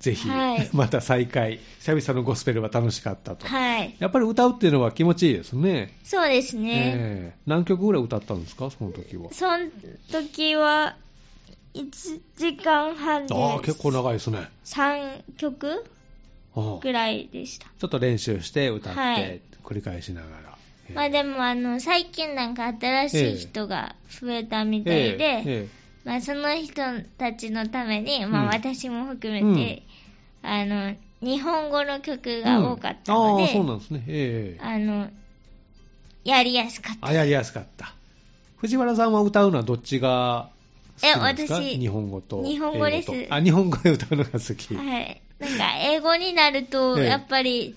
[SPEAKER 1] ぜひ、
[SPEAKER 2] はい
[SPEAKER 1] また再開久々のゴスペルは楽しかったと、
[SPEAKER 2] はい。
[SPEAKER 1] やっぱり歌うっていうのは気持ちいいですね
[SPEAKER 2] そうですね。
[SPEAKER 1] ええ何曲ぐらい歌ったんですかその時は
[SPEAKER 2] その時は、1時間半で
[SPEAKER 1] ああ結構長いですね
[SPEAKER 2] 3曲
[SPEAKER 1] ああ
[SPEAKER 2] ぐらいでした。
[SPEAKER 1] ちょっと練習して歌って、
[SPEAKER 2] はい
[SPEAKER 1] 繰り返しながら。
[SPEAKER 2] まあでもあの最近なんか新しい人が増えたみたいで、
[SPEAKER 1] ええ
[SPEAKER 2] まあ、その人たちのために、
[SPEAKER 1] うん
[SPEAKER 2] まあ、私も含めて、あの日本語の曲が多かった
[SPEAKER 1] うん
[SPEAKER 2] の
[SPEAKER 1] ああ、
[SPEAKER 2] で、
[SPEAKER 1] そうなんですね。ええ
[SPEAKER 2] あのやりやすかった。
[SPEAKER 1] あ、やりやすかった。藤原さんは歌うのはどっちが好きなんですか
[SPEAKER 2] え私
[SPEAKER 1] 日本語と。
[SPEAKER 2] 日本語です
[SPEAKER 1] 英とあ、日本語で歌うのが好き。
[SPEAKER 2] はい、なんか英語になると、
[SPEAKER 1] ええ
[SPEAKER 2] やっぱり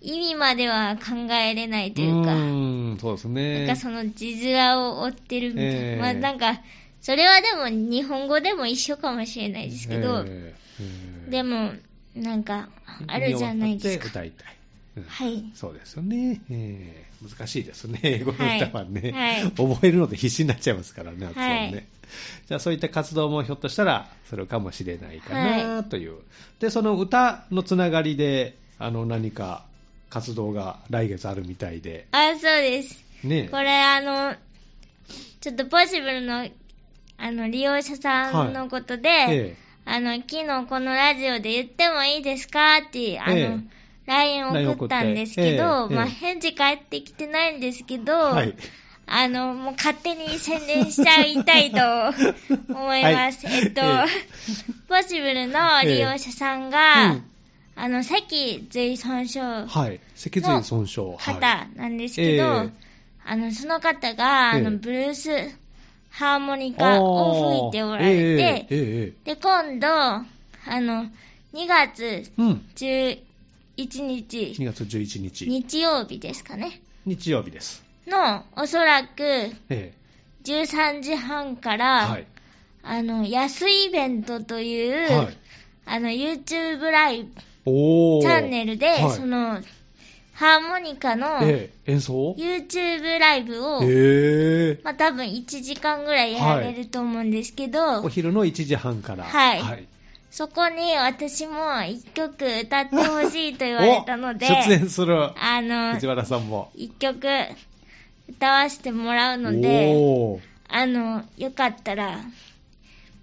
[SPEAKER 2] 意味までは考えれないというか、
[SPEAKER 1] うーん、そうですね。
[SPEAKER 2] なんかその字面を追ってるみたいな、
[SPEAKER 1] ええ
[SPEAKER 2] まあなんか、それはでも日本語でも一緒かもしれないですけど、
[SPEAKER 1] ええええ
[SPEAKER 2] でも、なんか、あるじゃないですか。
[SPEAKER 1] 意味を分って歌いたい。うん
[SPEAKER 2] はい。
[SPEAKER 1] そうですよね、えー難しいですね、英語の歌はね、
[SPEAKER 2] はいはい
[SPEAKER 1] 覚えるので必死になっちゃいますからね、発音ね
[SPEAKER 2] はい
[SPEAKER 1] じゃあ、そういった活動もひょっとしたら、それかもしれないか
[SPEAKER 2] は
[SPEAKER 1] なという、でその歌のつながりで、あの何か活動が来月あるみたいで、
[SPEAKER 2] あ、そうです。
[SPEAKER 1] ね、
[SPEAKER 2] これ、あの、ちょっとポシブルの、あの、利用者さんのことで、
[SPEAKER 1] え
[SPEAKER 2] あの、昨日このラジオで言ってもいいですかって、あの、
[SPEAKER 1] ええ
[SPEAKER 2] LINE を送ったんですけ
[SPEAKER 1] LINE 送
[SPEAKER 2] ど、
[SPEAKER 1] ってええ
[SPEAKER 2] まあ、
[SPEAKER 1] ええ
[SPEAKER 2] 返事返ってきてないんですけど、
[SPEAKER 1] えはい、
[SPEAKER 2] あの、もう勝手に宣伝しちゃいた いと思います。
[SPEAKER 1] はい
[SPEAKER 2] えっと、
[SPEAKER 1] え
[SPEAKER 2] ポシブルの利用者さんが、
[SPEAKER 1] うん
[SPEAKER 2] あの、脊髄損傷の
[SPEAKER 1] はい、脊髄損傷、はい
[SPEAKER 2] 方なんですけど、
[SPEAKER 1] はいええ
[SPEAKER 2] あの、その方が、あ
[SPEAKER 1] ええ
[SPEAKER 2] の、ブルースハーモニカを吹いておられて、
[SPEAKER 1] あーええええええ
[SPEAKER 2] で、今度、あの、 2月
[SPEAKER 1] うん。
[SPEAKER 2] 11日、
[SPEAKER 1] 2月11日、
[SPEAKER 2] 日曜日ですかね。
[SPEAKER 1] 日曜日です。
[SPEAKER 2] の、おそらく
[SPEAKER 1] え
[SPEAKER 2] 13時半か
[SPEAKER 1] え。
[SPEAKER 2] ら、
[SPEAKER 1] はい。
[SPEAKER 2] あの、安イベントという、
[SPEAKER 1] はい。
[SPEAKER 2] あの、YouTube ライ
[SPEAKER 1] お
[SPEAKER 2] ブ
[SPEAKER 1] ー。
[SPEAKER 2] チャンネルで、
[SPEAKER 1] はい
[SPEAKER 2] その、ハーモニカの
[SPEAKER 1] ええ、演奏え
[SPEAKER 2] YouTube ライブを、
[SPEAKER 1] え。
[SPEAKER 2] まあ多分1時間ぐらいやられると思うんですけど、
[SPEAKER 1] お昼の1時半から。
[SPEAKER 2] はいそこに私も1曲歌ってほしいと言われたので、
[SPEAKER 1] お出演する
[SPEAKER 2] あの
[SPEAKER 1] 藤、原さんも。
[SPEAKER 2] 1曲歌わせてもらうので、
[SPEAKER 1] おー。
[SPEAKER 2] あの、よかったら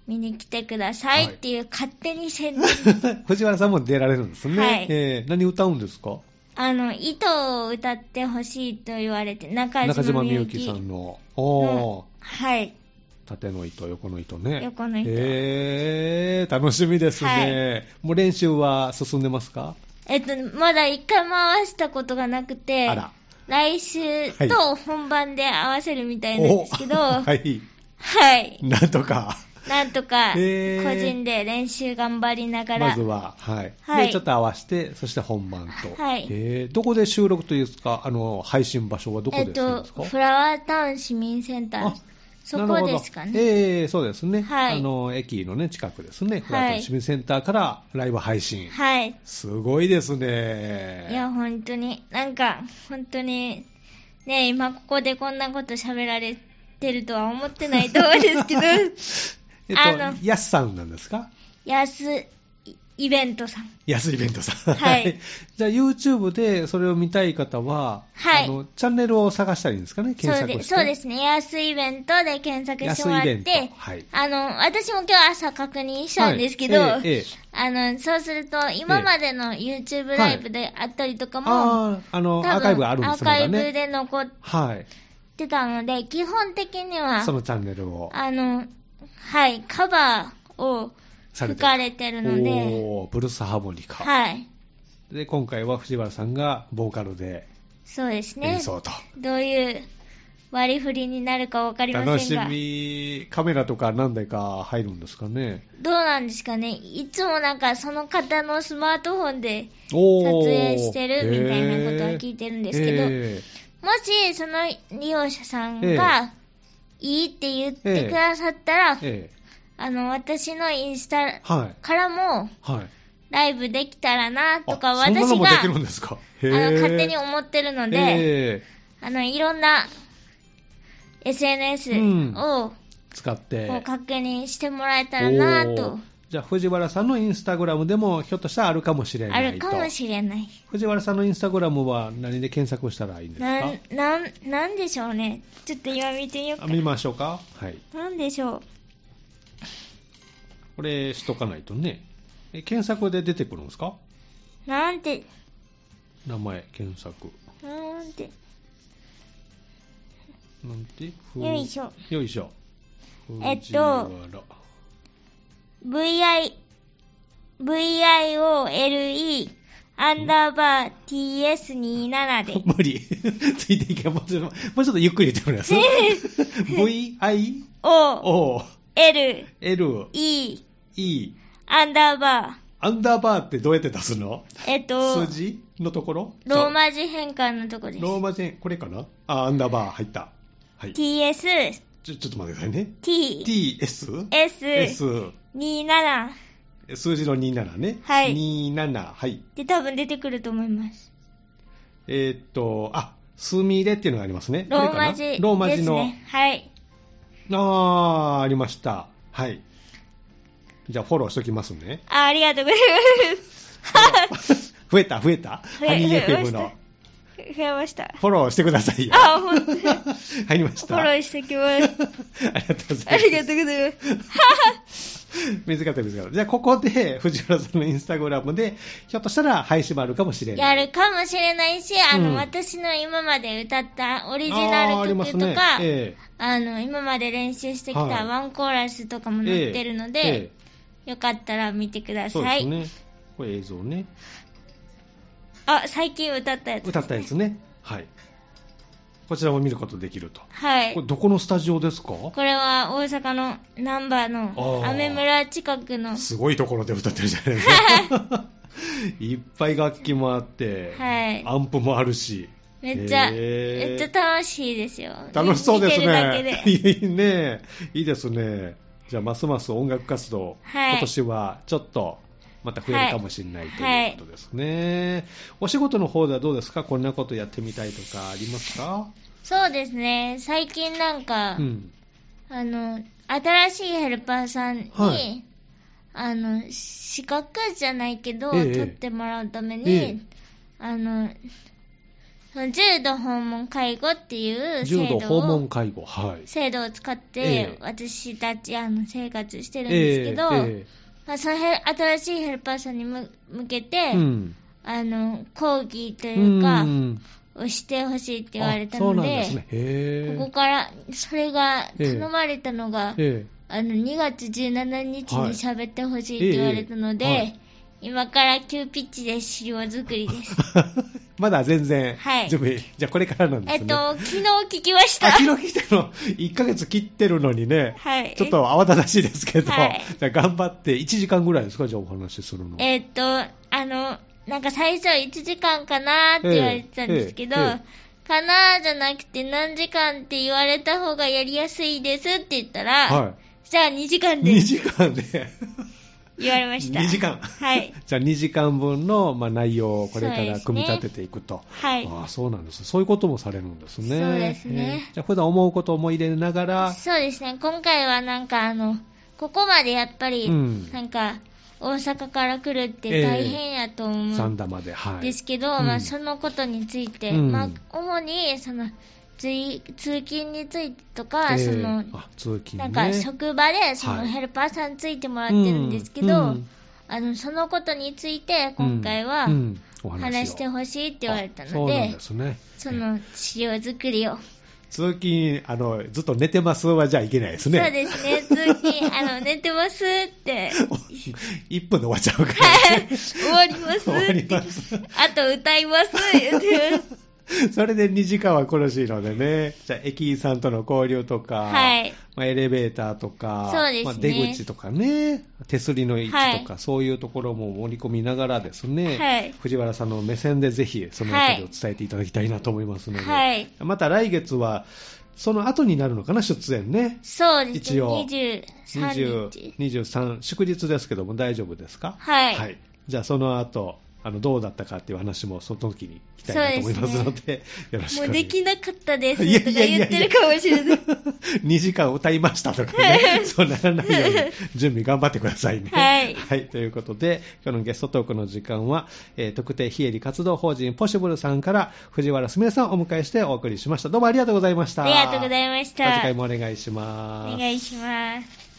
[SPEAKER 2] 見に来てくださいっていう勝手に宣伝、
[SPEAKER 1] 藤原さんも出られるんですね。
[SPEAKER 2] はい
[SPEAKER 1] ええ何歌うんですか
[SPEAKER 2] あの、糸を歌ってほしいと言われて、中
[SPEAKER 1] 中
[SPEAKER 2] 島
[SPEAKER 1] 島
[SPEAKER 2] み
[SPEAKER 1] み
[SPEAKER 2] ゆ
[SPEAKER 1] ゆ
[SPEAKER 2] き
[SPEAKER 1] きさんの。おー
[SPEAKER 2] の。、はい、
[SPEAKER 1] 縦の糸、横の糸ね。
[SPEAKER 2] 横の糸
[SPEAKER 1] えー、楽しみですね、もう練習は進んでますか
[SPEAKER 2] えっと、まだ1回も合わせたことがなくて、
[SPEAKER 1] あら。
[SPEAKER 2] 来週と本番で合わせるみたいなんですけど、
[SPEAKER 1] お
[SPEAKER 2] は、
[SPEAKER 1] はいい。なんとか。
[SPEAKER 2] なんとか個
[SPEAKER 1] へー
[SPEAKER 2] 人で練習頑張りながら、
[SPEAKER 1] まずは、はい。
[SPEAKER 2] はい
[SPEAKER 1] で、ちょっと合わせて、そして本番と。
[SPEAKER 2] はい
[SPEAKER 1] えー、どこで収録というか、あの、配信場所はどこ
[SPEAKER 2] え
[SPEAKER 1] で
[SPEAKER 2] っ
[SPEAKER 1] するん
[SPEAKER 2] と
[SPEAKER 1] ですか、、
[SPEAKER 2] フラワータウン市民センター
[SPEAKER 1] あ、
[SPEAKER 2] そこですか
[SPEAKER 1] なる
[SPEAKER 2] ね。
[SPEAKER 1] ほどえー、そうですね。
[SPEAKER 2] はい
[SPEAKER 1] あの、駅のね、近くですね。フラット市民センターからライブ配信。
[SPEAKER 2] はい。
[SPEAKER 1] すごいですね。
[SPEAKER 2] いや、本当に、なんか、本当に、ね、今ここでこんなこと喋られてるとは思ってないと思うんですけ ど、
[SPEAKER 1] え
[SPEAKER 2] あの
[SPEAKER 1] っと、やすさんなんですか
[SPEAKER 2] 安いイベントさん。
[SPEAKER 1] 安いイベントさん。
[SPEAKER 2] はい
[SPEAKER 1] じゃあ、YouTube でそれを見たい方は、
[SPEAKER 2] はい
[SPEAKER 1] あのチャンネルを探したらいいんですかね、検
[SPEAKER 2] そう
[SPEAKER 1] 索
[SPEAKER 2] で
[SPEAKER 1] して。
[SPEAKER 2] そうですね、安いイベントで検索してもらっ
[SPEAKER 1] 安いイベン
[SPEAKER 2] て
[SPEAKER 1] ト、はい
[SPEAKER 2] あの私も今日朝確認したんですけど、
[SPEAKER 1] はいええええ
[SPEAKER 2] あのそうすると、今までの YouTube
[SPEAKER 1] はい
[SPEAKER 2] ライブであったりとかも、
[SPEAKER 1] ああ、あの、
[SPEAKER 2] 多分
[SPEAKER 1] アーカイブがあるんですま
[SPEAKER 2] アーカ
[SPEAKER 1] だ
[SPEAKER 2] イブ
[SPEAKER 1] ね。
[SPEAKER 2] で残っ
[SPEAKER 1] はい。
[SPEAKER 2] てたので、基本的には
[SPEAKER 1] そ、のチャンネルを
[SPEAKER 2] あのはい、カバーを
[SPEAKER 1] され
[SPEAKER 2] 吹
[SPEAKER 1] て
[SPEAKER 2] かれてるので、
[SPEAKER 1] おーブルースハーモニカ。
[SPEAKER 2] はい、
[SPEAKER 1] で、今回は藤原さんがボーカルで
[SPEAKER 2] そうですね
[SPEAKER 1] 演、奏と。
[SPEAKER 2] どういう割り振りになるか分かりま
[SPEAKER 1] 楽
[SPEAKER 2] せん
[SPEAKER 1] し
[SPEAKER 2] が。
[SPEAKER 1] み、カメラとか何台か入るんですかね。
[SPEAKER 2] どうなんですかねいつもなんかその方のスマートフォンで
[SPEAKER 1] お
[SPEAKER 2] 撮
[SPEAKER 1] ー
[SPEAKER 2] 影してるみたいなことは聞いてるんですけど、
[SPEAKER 1] えー
[SPEAKER 2] もしその利用者さん
[SPEAKER 1] え
[SPEAKER 2] がいいって言ってくださったら、
[SPEAKER 1] え
[SPEAKER 2] あの私のインスタ
[SPEAKER 1] ーはい。
[SPEAKER 2] からも
[SPEAKER 1] はい。
[SPEAKER 2] ライブできたらなとか
[SPEAKER 1] あそんな
[SPEAKER 2] 私
[SPEAKER 1] のも
[SPEAKER 2] が
[SPEAKER 1] で
[SPEAKER 2] あ
[SPEAKER 1] きるんですか。へー
[SPEAKER 2] の勝手に思ってるので、
[SPEAKER 1] え
[SPEAKER 2] あのいろんな SNS
[SPEAKER 1] うん
[SPEAKER 2] を
[SPEAKER 1] ー使って。
[SPEAKER 2] こう確認してもらえたらな
[SPEAKER 1] お
[SPEAKER 2] と
[SPEAKER 1] ー。じゃあ、藤原さんのインスタグラムでも、ひょっとしたらあるかもしれな
[SPEAKER 2] あ
[SPEAKER 1] いと。
[SPEAKER 2] るかもしれない。
[SPEAKER 1] 藤原さんのインスタグラムは何で検索したらいいんです
[SPEAKER 2] な
[SPEAKER 1] か
[SPEAKER 2] ん、なん、なんでしょうね。ちょっと今見てみよう
[SPEAKER 1] あ
[SPEAKER 2] か。
[SPEAKER 1] 見ましょうか。はい。
[SPEAKER 2] なんでしょう。
[SPEAKER 1] これしとかないとね。え検索で出てくるんですか
[SPEAKER 2] なんて、
[SPEAKER 1] 名前、検索。
[SPEAKER 2] なんて、
[SPEAKER 1] なんてふ
[SPEAKER 2] よいしょ。
[SPEAKER 1] よいしょ。
[SPEAKER 2] えっと
[SPEAKER 1] 藤原
[SPEAKER 2] vi, viole アンダーバー ts27 で。
[SPEAKER 1] 無理。 ついていけもうちょっと、もうちょっとゆっくり言ってもらえます ?VI?O?L?E?
[SPEAKER 2] o, l, e アンダーバ
[SPEAKER 1] アンダーバーってどうやって出すの
[SPEAKER 2] ー。えっと
[SPEAKER 1] 数、字のところ
[SPEAKER 2] ローマ字変換のとこ
[SPEAKER 1] そ
[SPEAKER 2] で
[SPEAKER 1] う
[SPEAKER 2] す
[SPEAKER 1] ロ。ーマ字、これかなあ、アンダーバー入った。はい。ち
[SPEAKER 2] ts,
[SPEAKER 1] ょ、ちょっと待ってくださいね。
[SPEAKER 2] t,
[SPEAKER 1] TS?
[SPEAKER 2] s,
[SPEAKER 1] S。
[SPEAKER 2] 27
[SPEAKER 1] 数字の27ね。
[SPEAKER 2] はい
[SPEAKER 1] 27。はい。
[SPEAKER 2] で多分出てくると思います。
[SPEAKER 1] えーっと、あ、スミレっていうのがありますね。
[SPEAKER 2] ローマ
[SPEAKER 1] こ
[SPEAKER 2] 字
[SPEAKER 1] れ
[SPEAKER 2] で
[SPEAKER 1] か
[SPEAKER 2] す
[SPEAKER 1] なローマ字の。
[SPEAKER 2] ね。はい。
[SPEAKER 1] あー、ありました。はい。じゃあ、フォローしときます ね。
[SPEAKER 2] あありがとうございます。
[SPEAKER 1] 増えた、増えた。
[SPEAKER 2] 増え
[SPEAKER 1] ハニー FM
[SPEAKER 2] 増えま
[SPEAKER 1] の
[SPEAKER 2] し。増えました。
[SPEAKER 1] フォローしてくださいよ。
[SPEAKER 2] あ本 当
[SPEAKER 1] 入りまし
[SPEAKER 2] フ
[SPEAKER 1] た。
[SPEAKER 2] ォロ
[SPEAKER 1] あ
[SPEAKER 2] ーしてきます。
[SPEAKER 1] りがとうござ
[SPEAKER 2] あ
[SPEAKER 1] い
[SPEAKER 2] り
[SPEAKER 1] ま
[SPEAKER 2] がとうござい ます。
[SPEAKER 1] す。水方、水方。じゃあ、ここで、藤原さんのインスタグラムで、ひょっとしたら配信もあるかもしれな
[SPEAKER 2] や
[SPEAKER 1] い。
[SPEAKER 2] るかもしれないし、あの、
[SPEAKER 1] うん
[SPEAKER 2] 私の今まで歌ったオ
[SPEAKER 1] オ
[SPEAKER 2] リジナル曲とか、あ,、
[SPEAKER 1] え
[SPEAKER 2] の、今まで練習してきた
[SPEAKER 1] はい
[SPEAKER 2] ワンコーラスとかも
[SPEAKER 1] え
[SPEAKER 2] 載ってるので、
[SPEAKER 1] ええ
[SPEAKER 2] よかったら見てくだ
[SPEAKER 1] そう
[SPEAKER 2] さ
[SPEAKER 1] です
[SPEAKER 2] い。
[SPEAKER 1] ね。これ映像ね。
[SPEAKER 2] あ、最近歌ったやつ。
[SPEAKER 1] 歌ったやつね。はい。こちらも見ることできると。
[SPEAKER 2] はい
[SPEAKER 1] こ。れどこのスタジオ ですか
[SPEAKER 2] これは大阪の難波の
[SPEAKER 1] あー
[SPEAKER 2] 雨村近くの、
[SPEAKER 1] すごいところで歌ってるじゃないですか。 いっぱい楽器もあって、
[SPEAKER 2] はい
[SPEAKER 1] アンプもあるし。
[SPEAKER 2] めっちゃ、
[SPEAKER 1] へ
[SPEAKER 2] め
[SPEAKER 1] ー
[SPEAKER 2] っちゃ楽しいですよ。
[SPEAKER 1] 楽しそうです
[SPEAKER 2] 見てるだけ
[SPEAKER 1] ね。
[SPEAKER 2] で。
[SPEAKER 1] いいね。いいですね。じゃあ、ますます音楽活動、
[SPEAKER 2] はい
[SPEAKER 1] 今年はちょっと、また増えるかもしれない、
[SPEAKER 2] はい
[SPEAKER 1] ということですね、お仕事の方ではどうですかこんなことやってみたいとかありますか
[SPEAKER 2] そうですね、最近なんか、
[SPEAKER 1] うん。
[SPEAKER 2] あの、新しいヘルパーさんに、
[SPEAKER 1] はい
[SPEAKER 2] あの、資格じゃないけど、
[SPEAKER 1] ええ
[SPEAKER 2] 取ってもらうために、
[SPEAKER 1] ええ
[SPEAKER 2] あの、その重度訪問介護っていう
[SPEAKER 1] 重
[SPEAKER 2] 制
[SPEAKER 1] 度
[SPEAKER 2] 度
[SPEAKER 1] 訪問
[SPEAKER 2] を、
[SPEAKER 1] 介護。はい。
[SPEAKER 2] 制度を使って、
[SPEAKER 1] ええ
[SPEAKER 2] 私たち、あの、生活してるんですけど、
[SPEAKER 1] え
[SPEAKER 2] まあ、そのヘル新しいヘルパーさんにむ向けて、
[SPEAKER 1] えうん。
[SPEAKER 2] あの、講義というか、
[SPEAKER 1] ん
[SPEAKER 2] をしてほしいって言われた
[SPEAKER 1] あそう
[SPEAKER 2] の
[SPEAKER 1] なん
[SPEAKER 2] で、
[SPEAKER 1] ですね。へえ。
[SPEAKER 2] ここから、それが頼まれたのが、
[SPEAKER 1] え
[SPEAKER 2] あの2月17日に喋ってほしいって言われたので、
[SPEAKER 1] はいええはい
[SPEAKER 2] 今から急ピッチで資料作 りです。
[SPEAKER 1] えまだ全然、
[SPEAKER 2] はい
[SPEAKER 1] 準備、じゃあこれからなんです
[SPEAKER 2] え
[SPEAKER 1] ね。
[SPEAKER 2] っと、昨日聞きました。
[SPEAKER 1] あ、昨日来てるの、1ヶ月切ってるのにね、
[SPEAKER 2] はい。
[SPEAKER 1] ちょっと慌ただしいですけど、
[SPEAKER 2] はい
[SPEAKER 1] じゃあ頑張って1時間ぐらいですか、じゃあお話しするの。
[SPEAKER 2] えっと、あの、なんか最初1時間かなーって言われてたんですけど、
[SPEAKER 1] ええええ
[SPEAKER 2] かなーじゃなくて何時間って言われた方がやりやすいですって言ったら、
[SPEAKER 1] は
[SPEAKER 2] じゃあ2時
[SPEAKER 1] い。
[SPEAKER 2] 間で
[SPEAKER 1] 2時間で、
[SPEAKER 2] 言われました。
[SPEAKER 1] 2時間。
[SPEAKER 2] はい。
[SPEAKER 1] じゃあ2時間分の、まあ、内容をこれか
[SPEAKER 2] そうです
[SPEAKER 1] ら
[SPEAKER 2] ね
[SPEAKER 1] 組み立てていくと。
[SPEAKER 2] はい。
[SPEAKER 1] ああそうなんです。そういうこともされるんですね。
[SPEAKER 2] そうですね
[SPEAKER 1] えーじゃあ普段思うことを思い入れながら、
[SPEAKER 2] そうですね、今回はなんかあの、ここまでやっぱり、
[SPEAKER 1] うん
[SPEAKER 2] なんか、大阪から来る
[SPEAKER 1] え
[SPEAKER 2] って
[SPEAKER 1] え
[SPEAKER 2] 大変やと思う
[SPEAKER 1] 三
[SPEAKER 2] ん
[SPEAKER 1] 段まで、はい。
[SPEAKER 2] ですけど、
[SPEAKER 1] うん
[SPEAKER 2] まあ、そのことについ
[SPEAKER 1] う
[SPEAKER 2] て、
[SPEAKER 1] ん
[SPEAKER 2] まあ、主に、その、つい通勤についてとか、
[SPEAKER 1] えー
[SPEAKER 2] その、
[SPEAKER 1] あ通勤
[SPEAKER 2] な
[SPEAKER 1] ね。
[SPEAKER 2] んか職場で、そ
[SPEAKER 1] は
[SPEAKER 2] の
[SPEAKER 1] い
[SPEAKER 2] ヘルパーさんについてもらってるんですけど、
[SPEAKER 1] うんうん
[SPEAKER 2] あの、そのことについて、今回は
[SPEAKER 1] うん、うんお話を
[SPEAKER 2] 話してほしいって言われた
[SPEAKER 1] あそ
[SPEAKER 2] の
[SPEAKER 1] うなん
[SPEAKER 2] で
[SPEAKER 1] で、すね。
[SPEAKER 2] その、資料作りを。
[SPEAKER 1] 通勤、あの、ずっと寝てますはじゃあいけないですね。
[SPEAKER 2] そうですね、通勤、あの、寝てま すって、
[SPEAKER 1] 1分で終わっちゃうから、 ね。
[SPEAKER 2] 終わります
[SPEAKER 1] 終わります
[SPEAKER 2] ってあと歌います言って、
[SPEAKER 1] それで2時間は苦しいのでね。じゃあ、駅員さんとの交流とか、
[SPEAKER 2] はい
[SPEAKER 1] まあ、エレベーターとか、
[SPEAKER 2] そうですね
[SPEAKER 1] まあ、出口とかね、手すりの位置とか、
[SPEAKER 2] はい
[SPEAKER 1] そういうところも盛り込みながらですね、
[SPEAKER 2] はい
[SPEAKER 1] 藤原さんの目線でぜひその辺りを伝えていただきたいなと思いますので、
[SPEAKER 2] はい
[SPEAKER 1] また来月は、その後になるのかな、出演ね。
[SPEAKER 2] そうですね、
[SPEAKER 1] 一応
[SPEAKER 2] 23
[SPEAKER 1] 20
[SPEAKER 2] 日。
[SPEAKER 1] 23祝日ですけども大丈夫ですか
[SPEAKER 2] はい
[SPEAKER 1] じゃあその後あのどうだったかっていう話もその時に聞きたいなと思いますので
[SPEAKER 2] そ
[SPEAKER 1] よろしくお
[SPEAKER 2] もう
[SPEAKER 1] 願い
[SPEAKER 2] で
[SPEAKER 1] し
[SPEAKER 2] きなかったです
[SPEAKER 1] いや
[SPEAKER 2] とか
[SPEAKER 1] いやいやい
[SPEAKER 2] 言
[SPEAKER 1] や
[SPEAKER 2] ってるかもしれない。
[SPEAKER 1] ます2時間歌いましたとかねそうならないように準備頑張ってくださいね
[SPEAKER 2] はい
[SPEAKER 1] ということで今日のゲストトークの時間は、えー特定非営利活動法人ポシブルさんから藤原すみれさんをお迎えしてお送りしましたどうもありがとうございました
[SPEAKER 2] ありがとうございました
[SPEAKER 1] また次回もお願いします
[SPEAKER 2] お願いします。